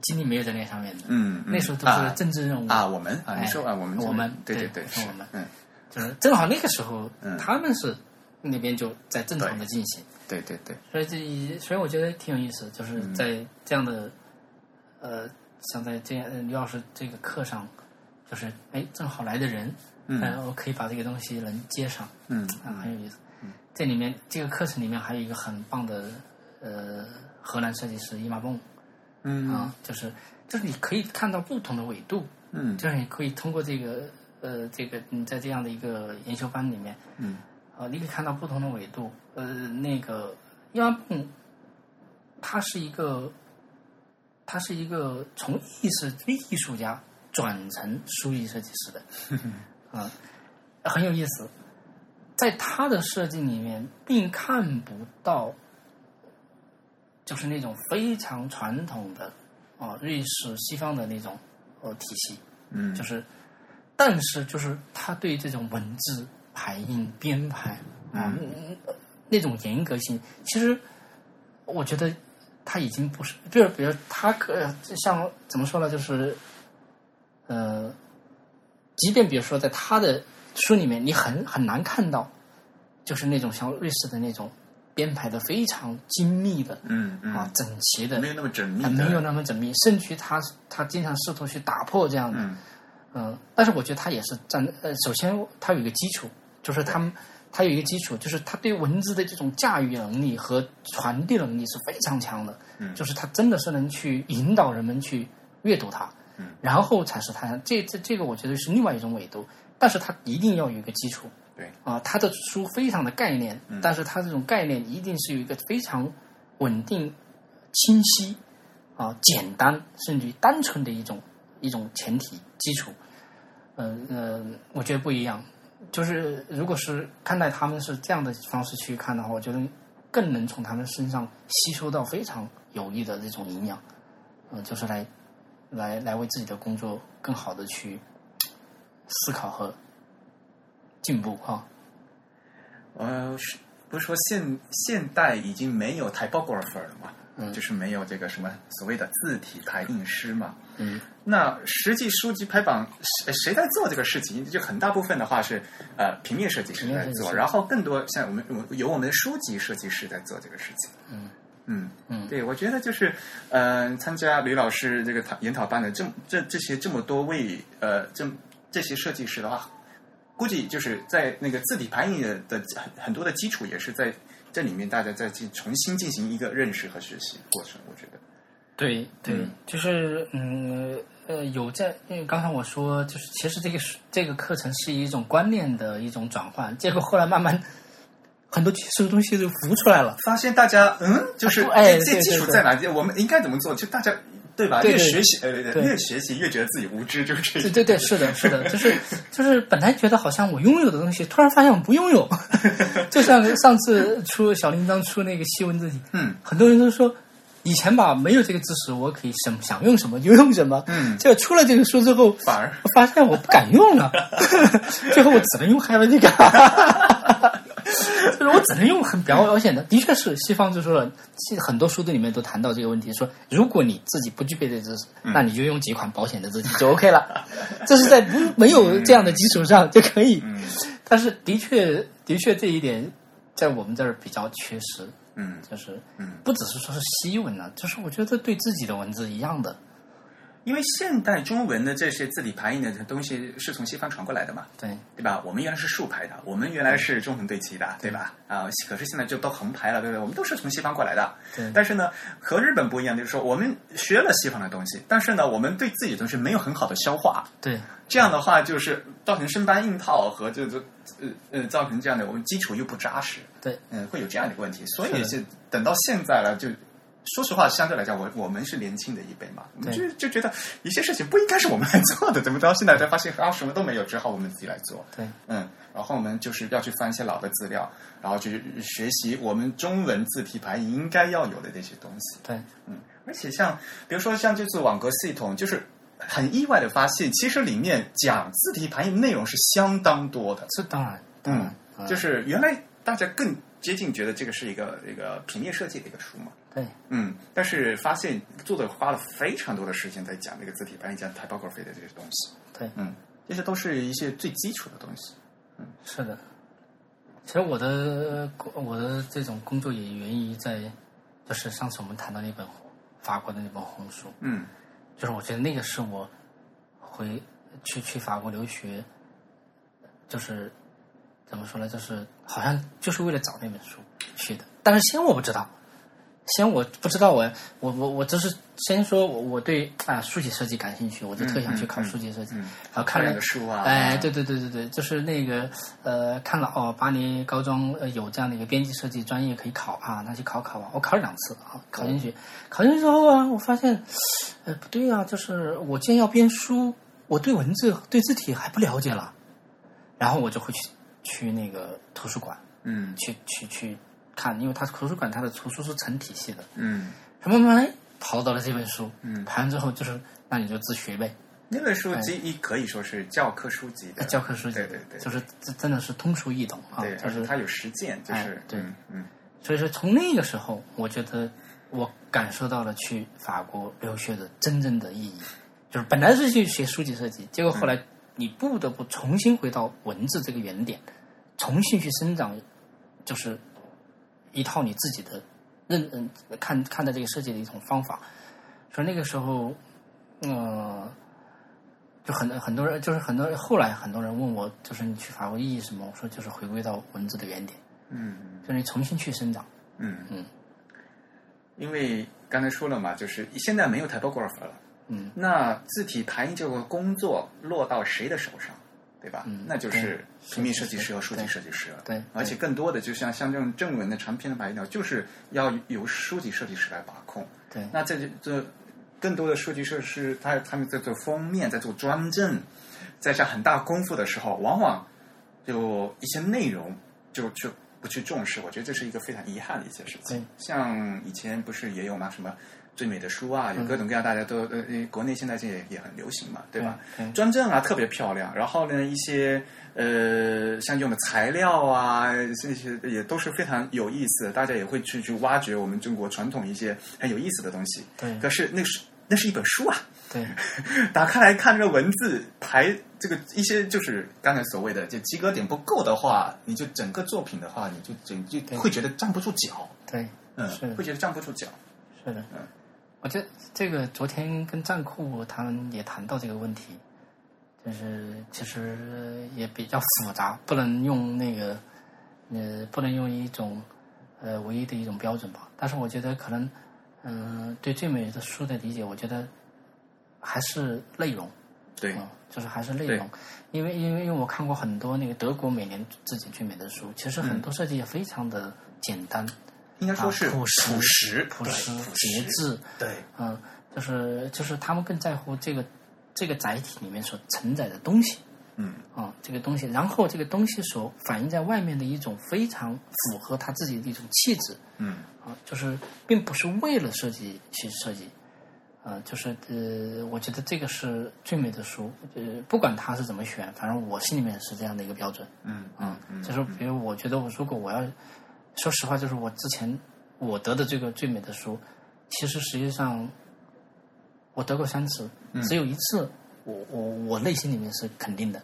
[SPEAKER 2] 精力没有在那上面的，
[SPEAKER 1] 嗯，嗯
[SPEAKER 2] 那时候都是
[SPEAKER 1] 啊
[SPEAKER 2] 政治任务
[SPEAKER 1] 啊，我们啊，
[SPEAKER 2] 哎
[SPEAKER 1] 你说啊，我们
[SPEAKER 2] 我们
[SPEAKER 1] 对
[SPEAKER 2] 对
[SPEAKER 1] 对
[SPEAKER 2] 是
[SPEAKER 1] 是
[SPEAKER 2] 我们
[SPEAKER 1] 嗯，
[SPEAKER 2] 就是正好那个时候、
[SPEAKER 1] 嗯
[SPEAKER 2] 他们是那边就在正常的进行。
[SPEAKER 1] 对对对，
[SPEAKER 2] 所以这一，所以我觉得挺有意思，就是
[SPEAKER 1] 嗯
[SPEAKER 2] 在这样的，呃，像在这样呃刘老师这个课上，就是哎，正好来的人，
[SPEAKER 1] 嗯
[SPEAKER 2] 呃我可以把这个东西能接上，
[SPEAKER 1] 嗯
[SPEAKER 2] 啊，很有意思。这里面这个课程里面还有一个很棒的，呃，荷兰设计师伊玛蹦
[SPEAKER 1] 嗯
[SPEAKER 2] 啊，就是就是你可以看到不同的纬度，
[SPEAKER 1] 嗯
[SPEAKER 2] 就是你可以通过这个呃这个你在这样的一个研修班里面，
[SPEAKER 1] 嗯，
[SPEAKER 2] 呃，你可以看到不同的纬度。呃，那个伊万蹦，他是一个，他是一个从艺术艺术家转成书艺设计师的，啊、很有意思。在他的设计里面，并看不到，就是那种非常传统的啊、瑞士西方的那种呃体系，
[SPEAKER 1] 嗯
[SPEAKER 2] 就是，但是就是他对这种文字排印编排啊、嗯呃那种严格性，其实我觉得他已经不是，就是比如他可呃像怎么说呢，就是呃，即便比如说在他的书里面，你很很难看到，就是那种像瑞士的那种编排的非常精密的
[SPEAKER 1] 嗯
[SPEAKER 2] 啊、
[SPEAKER 1] 嗯，
[SPEAKER 2] 整齐的
[SPEAKER 1] 没，有那么缜密
[SPEAKER 2] 啊
[SPEAKER 1] 的，
[SPEAKER 2] 没有那么缜密，甚至于他他经常试图去打破这样的。
[SPEAKER 1] 嗯
[SPEAKER 2] 嗯，但是我觉得他也是站呃，首先他有一个基础，就是他们他有一个基础，就是他对文字的这种驾驭能力和传递能力是非常强的，
[SPEAKER 1] 嗯
[SPEAKER 2] 就是他真的是能去引导人们去阅读它，
[SPEAKER 1] 嗯
[SPEAKER 2] 然后才是他这这这个我觉得是另外一种纬度，但是他一定要有一个基础，
[SPEAKER 1] 对
[SPEAKER 2] 啊、他的书非常的概念，但是他这种概念一定是有一个非常稳定、清晰啊、简单甚至于单纯的一种一种前提基础。嗯呃，我觉得不一样。就是如果是看待他们是这样的方式去看的话，我觉得更能从他们身上吸收到非常有力的这种营养，嗯、就是来来来为自己的工作更好的去思考和进步啊哈、
[SPEAKER 1] 呃，是不是说现现代已经没有 typographer 了嘛？
[SPEAKER 2] 嗯
[SPEAKER 1] 就是没有这个什么所谓的字体排印师嘛。
[SPEAKER 2] 嗯
[SPEAKER 1] 那实际书籍排版谁谁在做这个事情？就很大部分的话是呃平面设计师
[SPEAKER 2] 平面
[SPEAKER 1] 在
[SPEAKER 2] 设计
[SPEAKER 1] 做，
[SPEAKER 2] 师
[SPEAKER 1] 然后更多像我们我有我们书籍设计师在做这个事情。
[SPEAKER 2] 嗯
[SPEAKER 1] 嗯，
[SPEAKER 2] 嗯
[SPEAKER 1] 对，我觉得就是，呃，参加吕老师这个讨研讨班的这么这这些这么多位呃这这些设计师的话，估计就是在那个字体排印的的很很多的基础也是在这里面，大家再进重新进行一个认识和学习过程。我觉得，
[SPEAKER 2] 对对，
[SPEAKER 1] 嗯
[SPEAKER 2] 就是嗯呃，有在，因为刚才我说，就是其实这个是这个课程是一种观念的一种转换，结果后来慢慢很多技术东西就浮出来了。
[SPEAKER 1] 发现大家嗯，就是
[SPEAKER 2] 啊哎
[SPEAKER 1] 这这
[SPEAKER 2] 对
[SPEAKER 1] 基础
[SPEAKER 2] 对对
[SPEAKER 1] 在哪？我们应该怎么做？就大家对吧？
[SPEAKER 2] 对
[SPEAKER 1] 越
[SPEAKER 2] 对
[SPEAKER 1] 学习呃
[SPEAKER 2] 对
[SPEAKER 1] 越学习越觉得自己无知，就是这
[SPEAKER 2] 对
[SPEAKER 1] 个。
[SPEAKER 2] 对对，是的，是的，就是就是本来觉得好像我拥有的东西，突然发现我不拥有。 就像上次出小铃铛出那个西文字体，
[SPEAKER 1] 嗯
[SPEAKER 2] 很多人都说以前吧没有这个知识，我可以什想用什么就用什么。
[SPEAKER 1] 嗯，
[SPEAKER 2] 结果出了这个书之后，
[SPEAKER 1] 反而
[SPEAKER 2] 我发现我不敢 用了，最后我只能用 Helvetica，就是我只能用很表表显的。的确是西方就说了，其实很多书的里面都谈到这个问题，说如果你自己不具备这知识，
[SPEAKER 1] 嗯
[SPEAKER 2] 那你就用几款保险的字体就 OK 了。 这是在不没有这样的基础上就可以。
[SPEAKER 1] 嗯
[SPEAKER 2] 但是的确，的确这一点在我们这儿比较缺失，
[SPEAKER 1] 嗯
[SPEAKER 2] 就是
[SPEAKER 1] 嗯。
[SPEAKER 2] 不只是说是西文了、就是我觉得对自己的文字一样的，
[SPEAKER 1] 因为现代中文的这些字体排印的东西是从西方传过来的嘛，
[SPEAKER 2] 对
[SPEAKER 1] 对吧？我们原来是竖排的，我们原来是中横对齐的，对吧？啊、可是现在就都横排了，对不对？我们都是从西方过来的。
[SPEAKER 2] 对。
[SPEAKER 1] 但是呢，和日本不一样，就是说我们学了西方的东西，但是呢，我们对自己的东西没有很好的消化，
[SPEAKER 2] 对
[SPEAKER 1] 这样的话就是造成生搬硬套和就就呃呃造成这样的我们基础又不扎实，
[SPEAKER 2] 对，
[SPEAKER 1] 嗯、会有这样的一个问题。所以
[SPEAKER 2] 是的
[SPEAKER 1] 是等到现在了，就说实话，相对来讲，我我们是年轻的一辈嘛，我们就
[SPEAKER 2] 对
[SPEAKER 1] 就觉得一些事情不应该是我们来做的，怎么到现在才发现啊什么都没有，只好我们自己来做。
[SPEAKER 2] 对，
[SPEAKER 1] 嗯，然后我们就是要去翻一些老的资料，然后去学习我们中文字体排印应该要有的那些东西。
[SPEAKER 2] 对，
[SPEAKER 1] 嗯，而且像比如说像这次网格系统，就是很意外的发现，其实里面讲字体排印内容是相当多的。
[SPEAKER 2] 这当然，当
[SPEAKER 1] 嗯
[SPEAKER 2] 然，嗯
[SPEAKER 1] 就是原来大家更接近觉得这个是一个一个平面设计的一个书嘛。
[SPEAKER 2] 对，
[SPEAKER 1] 嗯，但是发现作者花了非常多的时间在讲这个字体排印、讲 typography 的这些东西。
[SPEAKER 2] 对
[SPEAKER 1] 嗯，这些都是一些最基础的东西。
[SPEAKER 2] 是的。其实我的我的这种工作也源于在，就是上次我们谈到那本法国的那本红书，
[SPEAKER 1] 嗯
[SPEAKER 2] 就是我觉得那个是我回去去法国留学，就是怎么说呢，就是好像就是为了找那本书去的。但是先我不知道，先我不知道我我我我就是先说我我对啊书籍设计感兴趣，我就特想去考
[SPEAKER 1] 嗯嗯
[SPEAKER 2] 书籍设计，
[SPEAKER 1] 嗯
[SPEAKER 2] 然后看
[SPEAKER 1] 各
[SPEAKER 2] 了
[SPEAKER 1] 样的书啊，
[SPEAKER 2] 哎，对对对对对，就是那个呃，看了哦，巴黎高中呃有这样的一个编辑设计专业可以考啊，那去考考吧。我考了两次啊，考进去，考进去之后啊，我发现，呃，不对啊，就是我既然要编书，我对文字对字体还不了解了，然后我就会去去那个图书馆
[SPEAKER 1] 嗯
[SPEAKER 2] 去去去看，因为它图书馆它的图书是成体系的，
[SPEAKER 1] 嗯，
[SPEAKER 2] 然后慢慢哎淘到了这本书，
[SPEAKER 1] 嗯
[SPEAKER 2] 盘完之后就是那你就自学呗，
[SPEAKER 1] 那本书籍一可以说是教科书级的，
[SPEAKER 2] 哎呃教科书籍
[SPEAKER 1] 对对对
[SPEAKER 2] 就是真真的是通俗易懂啊，
[SPEAKER 1] 对，
[SPEAKER 2] 就
[SPEAKER 1] 而且
[SPEAKER 2] 是
[SPEAKER 1] 它有实践，就是、
[SPEAKER 2] 哎对
[SPEAKER 1] 嗯嗯
[SPEAKER 2] 所以说从那个时候，我觉得我感受到了去法国留学的真正的意义，就是本来是去学书籍设计，结果后来你不得不重新回到文字这个原点，重新去生长，就是一套你自己的认嗯看看待这个设计的一种方法。所以那个时候，呃，就很很多人，就是很多人后来很多人问我，就是你去法国意义是什么？我说就是回归到文字的原点，
[SPEAKER 1] 嗯
[SPEAKER 2] 就是你重新去生长。
[SPEAKER 1] 嗯嗯
[SPEAKER 2] 嗯，
[SPEAKER 1] 因为刚才说了嘛，就是现在没有 typographer 了，
[SPEAKER 2] 嗯，
[SPEAKER 1] 那字体排印这个工作落到谁的手上，对吧？
[SPEAKER 2] 嗯
[SPEAKER 1] 那就是
[SPEAKER 2] 对
[SPEAKER 1] 平面设计师和书籍设计师了。
[SPEAKER 2] 对，
[SPEAKER 1] 而且更多的，就像像这种正文的长篇的排印呢，就是要由书籍设计师来把控。
[SPEAKER 2] 对
[SPEAKER 1] 那这就这更多的设计设施，他他们在做封面，在做装帧，在下很大功夫的时候，往往就一些内容就就不去重视，我觉得这是一个非常遗憾的一件事情。
[SPEAKER 2] 嗯
[SPEAKER 1] 像以前不是也有嘛，什么最美的书啊，有各种各样，大家都呃，呃国内现在这也也很流行嘛，对吧？
[SPEAKER 2] 嗯
[SPEAKER 1] 砖证啊特别漂亮，然后呢一些呃像用的材料啊这些也都是非常有意思的，大家也会去去挖掘我们中国传统一些很有意思的东西。
[SPEAKER 2] 对
[SPEAKER 1] 可是那是那是一本书啊，
[SPEAKER 2] 对，
[SPEAKER 1] 打开来看这个文字排这个一些就是刚才所谓的，就及格点不够的话，你就整个作品的话，你就整就
[SPEAKER 2] 对
[SPEAKER 1] 会觉得站不住脚，
[SPEAKER 2] 对，
[SPEAKER 1] 嗯
[SPEAKER 2] 是，
[SPEAKER 1] 会觉得站不住脚。
[SPEAKER 2] 是的
[SPEAKER 1] 嗯。
[SPEAKER 2] 我这这个昨天跟战库他们也谈到这个问题，就是其实也比较复杂，不能用那个呃，不能用一种呃唯一的一种标准吧。但是我觉得可能，嗯、对最美的书的理解，我觉得还是内容。
[SPEAKER 1] 对，
[SPEAKER 2] 嗯，就是还是内容，因为因为因为我看过很多那个德国每年自己最美的书，其实很多设计也非常的简单，
[SPEAKER 1] 应该说是
[SPEAKER 2] 啊朴实
[SPEAKER 1] 实、
[SPEAKER 2] 朴
[SPEAKER 1] 对
[SPEAKER 2] 实、节，制，
[SPEAKER 1] 对
[SPEAKER 2] 嗯，就是就是他们更在乎这个这个载体里面所承载的东西
[SPEAKER 1] 嗯，
[SPEAKER 2] 啊、这个东西，然后这个东西所反映在外面的一种非常符合他自己的一种气质
[SPEAKER 1] 嗯
[SPEAKER 2] 啊、就是并不是为了设计去设计。呃，就是呃，我觉得这个是最美的书，呃，不管他是怎么选，反正我心里面是这样的一个标准。
[SPEAKER 1] 嗯
[SPEAKER 2] 嗯
[SPEAKER 1] 嗯，嗯，
[SPEAKER 2] 就是比如我觉得我如果我要说实话，就是我之前我得的这个最美的书，其实实际上我得过三次，只有一次我我我内心里面是肯定的，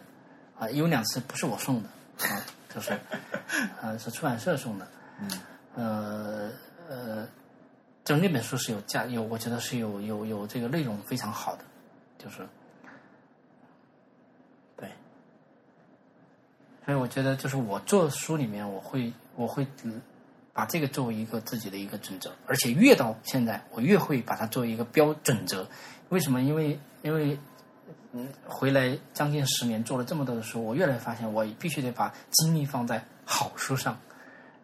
[SPEAKER 2] 啊、有两次不是我送的啊，就是啊、是出版社送的，嗯，呃呃，就是那本书是有价有，我觉得是有有有这个内容非常好的，就是对。所以我觉得，就是我做书里面，我会我会嗯把这个作为一个自己的一个准则，而且越到现在，我越会把它作为一个标准则。为什么？因为因为嗯，回来将近十年，做了这么多的书，我越来越发现，我必须得把精力放在好书上。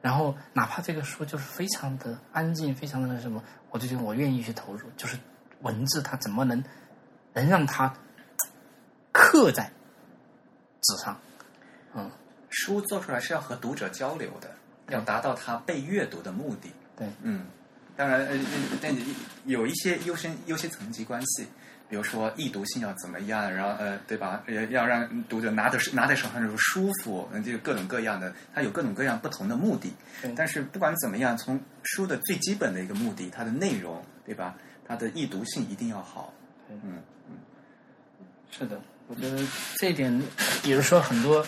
[SPEAKER 2] 然后，哪怕这个书就是非常的安静，非常的什么，我就觉得我愿意去投入。就是文字，它怎么能能让它刻在纸上？嗯，
[SPEAKER 1] 书做出来是要和读者交流的，要达到他被阅读的目的。
[SPEAKER 2] 对，
[SPEAKER 1] 嗯，当然，呃，呃但有一些优先优先层级关系，比如说易读性要怎么样，然后呃，对吧？呃要让读者拿的拿在手上的时候舒服，嗯，就各种各样的，它有各种各样不同的目的
[SPEAKER 2] 对。
[SPEAKER 1] 但是不管怎么样，从书的最基本的一个目的，它的内容，对吧？它的易读性一定要好。
[SPEAKER 2] 对
[SPEAKER 1] 嗯，
[SPEAKER 2] 是的，我觉得这一点，比如说很多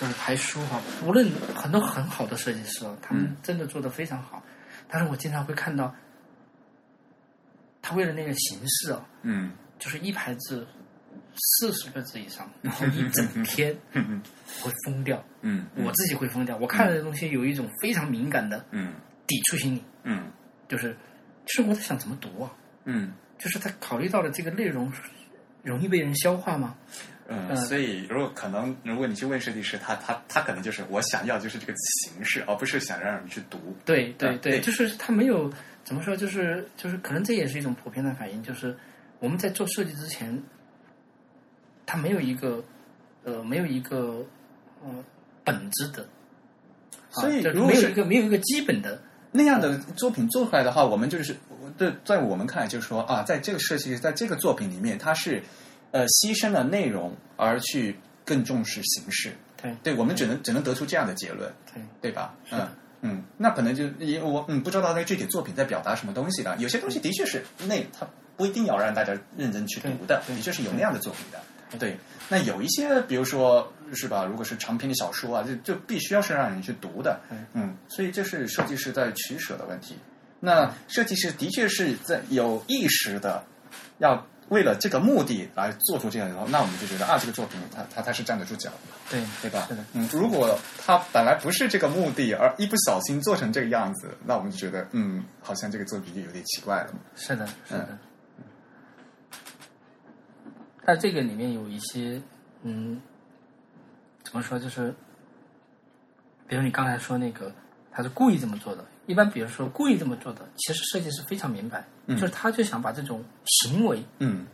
[SPEAKER 2] 就是排书哈、无论很多很好的设计师啊，他
[SPEAKER 1] 嗯
[SPEAKER 2] 们真的做的非常好，但是我经常会看到，他为了那个形式啊，
[SPEAKER 1] 嗯
[SPEAKER 2] 就是一排字四十个字以上，然后一整篇
[SPEAKER 1] 嗯
[SPEAKER 2] 会疯掉，
[SPEAKER 1] 嗯，
[SPEAKER 2] 我自己会疯掉。我看了这东西有一种非常敏感的
[SPEAKER 1] 嗯
[SPEAKER 2] 抵触心理，
[SPEAKER 1] 嗯
[SPEAKER 2] 就是就是我在想怎么读啊，
[SPEAKER 1] 嗯
[SPEAKER 2] 就是他考虑到了这个内容容易被人消化吗？
[SPEAKER 1] 嗯，
[SPEAKER 2] 嗯
[SPEAKER 1] 所以如果可能，如果你去问设计师，他他他可能就是我想要就是这个形式，而不是想让你去读。
[SPEAKER 2] 对对
[SPEAKER 1] 啊对
[SPEAKER 2] 对，就是他没有怎么说，就是就是可能这也是一种普遍的反应，就是我们在做设计之前，他没有一个呃没有一个呃本质的，啊
[SPEAKER 1] 所以
[SPEAKER 2] 就是
[SPEAKER 1] 如果
[SPEAKER 2] 没有
[SPEAKER 1] 是
[SPEAKER 2] 一个没有一个基本的，
[SPEAKER 1] 那样的作品做出来的话，我们就是对，在我们看来就是说啊，在这个设计，在这个作品里面，它是呃牺牲了内容而去更重视形式。
[SPEAKER 2] 对
[SPEAKER 1] 对，我们只能只能得出这样的结论，
[SPEAKER 2] 对
[SPEAKER 1] 对吧？
[SPEAKER 2] 是
[SPEAKER 1] 嗯嗯，那可能就也我嗯不知道那具体作品在表达什么东西的，有些东西的确是那它不一定要让大家认真去读的，
[SPEAKER 2] 对对
[SPEAKER 1] 的确是有那样的作品的。对，那有一些，比如说是吧？如果是长篇的小说啊，就就必须要是让人去读的
[SPEAKER 2] 嗯，
[SPEAKER 1] 嗯，所以这是设计师在取舍的问题。那设计师的确是在有意识的要为了这个目的来做出这样的，那我们就觉得啊，这个作品它它它是站得住脚的。
[SPEAKER 2] 对
[SPEAKER 1] 对吧
[SPEAKER 2] 是的？
[SPEAKER 1] 嗯，如果他本来不是这个目的，而一不小心做成这个样子，那我们就觉得，嗯，好像这个作品就有点奇怪了。
[SPEAKER 2] 是
[SPEAKER 1] 嗯
[SPEAKER 2] 的，是的。嗯但这个里面有一些，嗯，怎么说，就是，比如你刚才说那个，他是故意这么做的。一般比如说故意这么做的，其实设计师非常明白，
[SPEAKER 1] 嗯
[SPEAKER 2] 就是他就想把这种行为
[SPEAKER 1] 嗯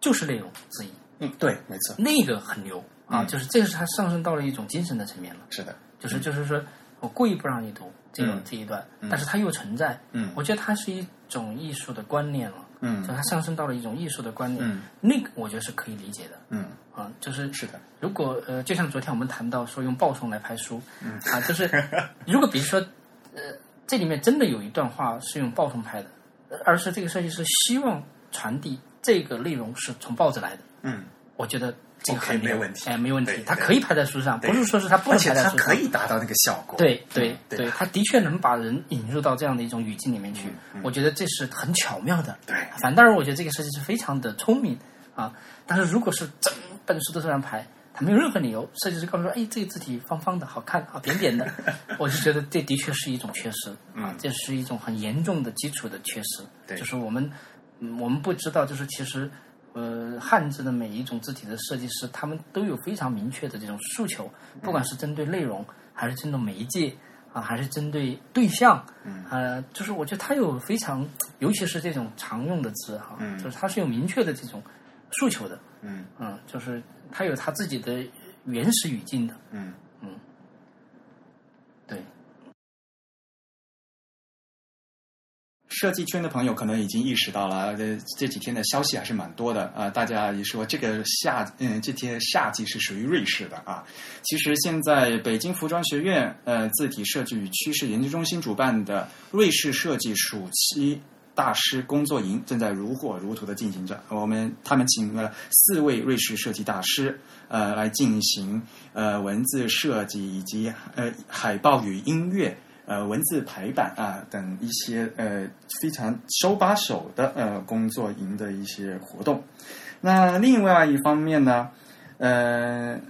[SPEAKER 2] 就是内容之一，
[SPEAKER 1] 嗯，对，没错，
[SPEAKER 2] 那个很牛啊，
[SPEAKER 1] 嗯
[SPEAKER 2] 就是这个是他上升到了一种精神的层面了。
[SPEAKER 1] 是的，
[SPEAKER 2] 就是就是说我故意不让你读这种
[SPEAKER 3] 嗯
[SPEAKER 2] 这一段，但是它又存在，
[SPEAKER 3] 嗯
[SPEAKER 2] 我觉得它是一种艺术的观念了，
[SPEAKER 3] 嗯
[SPEAKER 2] 就它上升到了一种艺术的观念，
[SPEAKER 3] 嗯
[SPEAKER 2] 那个我觉得是可以理解的。
[SPEAKER 3] 嗯，
[SPEAKER 2] 啊，就是
[SPEAKER 3] 是的，
[SPEAKER 2] 如果呃，就像昨天我们谈到说用报送来拍书，
[SPEAKER 3] 嗯
[SPEAKER 2] 啊，就是 如果比如说呃，这里面真的有一段话是用报送拍的，呃而是这个设计师希望传递这个内容是从报纸来的，
[SPEAKER 3] 嗯，
[SPEAKER 2] 我觉得这个
[SPEAKER 3] OK，
[SPEAKER 2] 很
[SPEAKER 3] 没问题
[SPEAKER 2] 哎，没问题
[SPEAKER 3] 对，
[SPEAKER 2] 他
[SPEAKER 3] 对
[SPEAKER 2] 可以拍在书上，
[SPEAKER 3] 对
[SPEAKER 2] 不是说是
[SPEAKER 1] 嗯
[SPEAKER 2] 他不
[SPEAKER 3] 而
[SPEAKER 2] 能
[SPEAKER 3] 且
[SPEAKER 2] 拍在
[SPEAKER 3] 它
[SPEAKER 2] 书上，
[SPEAKER 3] 可以达到那个效果，
[SPEAKER 2] 对对
[SPEAKER 3] 嗯对
[SPEAKER 2] 对，
[SPEAKER 3] 吧
[SPEAKER 2] 他的确能把人引入到这样的一种语境里面去，我觉得这是很巧妙的。
[SPEAKER 3] 嗯对
[SPEAKER 2] 反倒是我觉得这个设计师非常的聪明啊。但是如果是整本书都是这样排，他没有任何理由，设计师告诉说，哎，这个字体方方的好看啊，扁扁 的，我就觉得这的确是一种缺失啊
[SPEAKER 3] 嗯，
[SPEAKER 2] 这是一种很严重的基础的缺失。
[SPEAKER 3] 对
[SPEAKER 2] 就是我们嗯我们不知道，就是其实。呃，汉字的每一种字体的设计师，他们都有非常明确的这种诉求，
[SPEAKER 3] 嗯
[SPEAKER 2] 不管是针对内容，还是针对媒介，啊，还是针对对象，
[SPEAKER 3] 嗯
[SPEAKER 2] 呃，就是我觉得它有非常，尤其是这种常用的词哈、
[SPEAKER 3] 嗯
[SPEAKER 2] 就是它是有明确的这种诉求的，
[SPEAKER 3] 嗯
[SPEAKER 2] 嗯，就是它有它自己的原始语境的，
[SPEAKER 3] 嗯，
[SPEAKER 2] 对，
[SPEAKER 1] 设计圈的朋友可能已经意识到了，这这几天的消息还是蛮多的啊、呃大家也说这个夏，嗯，这天夏季是属于瑞士的啊。其实现在北京服装学院呃字体设计与趋势研究中心主办的瑞士设计暑期大师工作营正在如火如荼的进行着。我们他们请了四位瑞士设计大师呃来进行呃文字设计以及呃海报与音乐。呃文字排版啊等一些呃非常手把手的呃工作营的一些活动。那另外一方面呢，呃，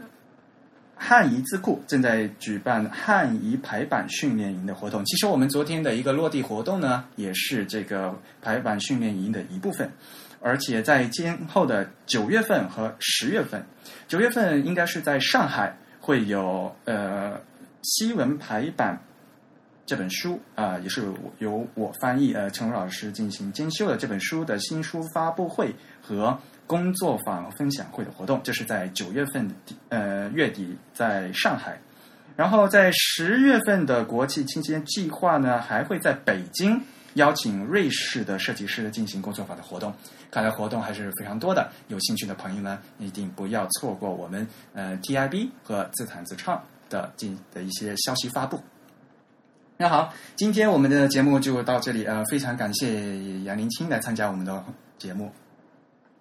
[SPEAKER 1] 汉仪字库正在举办汉仪排版训练营的活动。其实我们昨天的一个落地活动呢，也是这个排版训练营的一部分。而且在今后的九月份和十月份，九月份应该是在上海会有呃西文排版这本书啊、呃也是由我翻译，呃，陈儒老师进行监修的这本书的新书发布会和工作坊分享会的活动，这是在九月份底呃月底在上海。然后在十月份的国际期间计划呢，还会在北京邀请瑞士的设计师进行工作坊的活动。看来活动还是非常多的，有兴趣的朋友呢，一定不要错过我们呃 TIB 和自弹自唱的进的一些消息发布。那好，今天我们的节目就到这里，呃，非常感谢杨林青来参加我们的节目，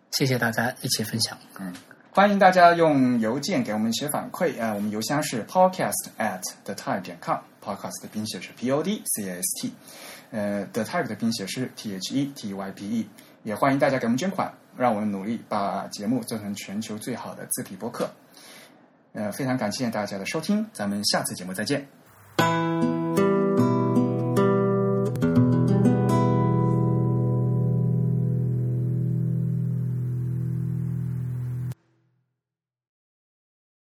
[SPEAKER 2] 谢谢大家一起分享，
[SPEAKER 1] 欢迎大家用邮件给我们写反馈，呃，我们邮箱是 podcast at the type 点 com，podcast 的拼写是 p o d c a s t，呃，the type 的拼写是 t h e t y p e，也欢迎大家给我们捐款，让我们努力把节目做成全球最好的字体播客，呃，非常感谢大家的收听，咱们下次节目再见。
[SPEAKER 3] 拜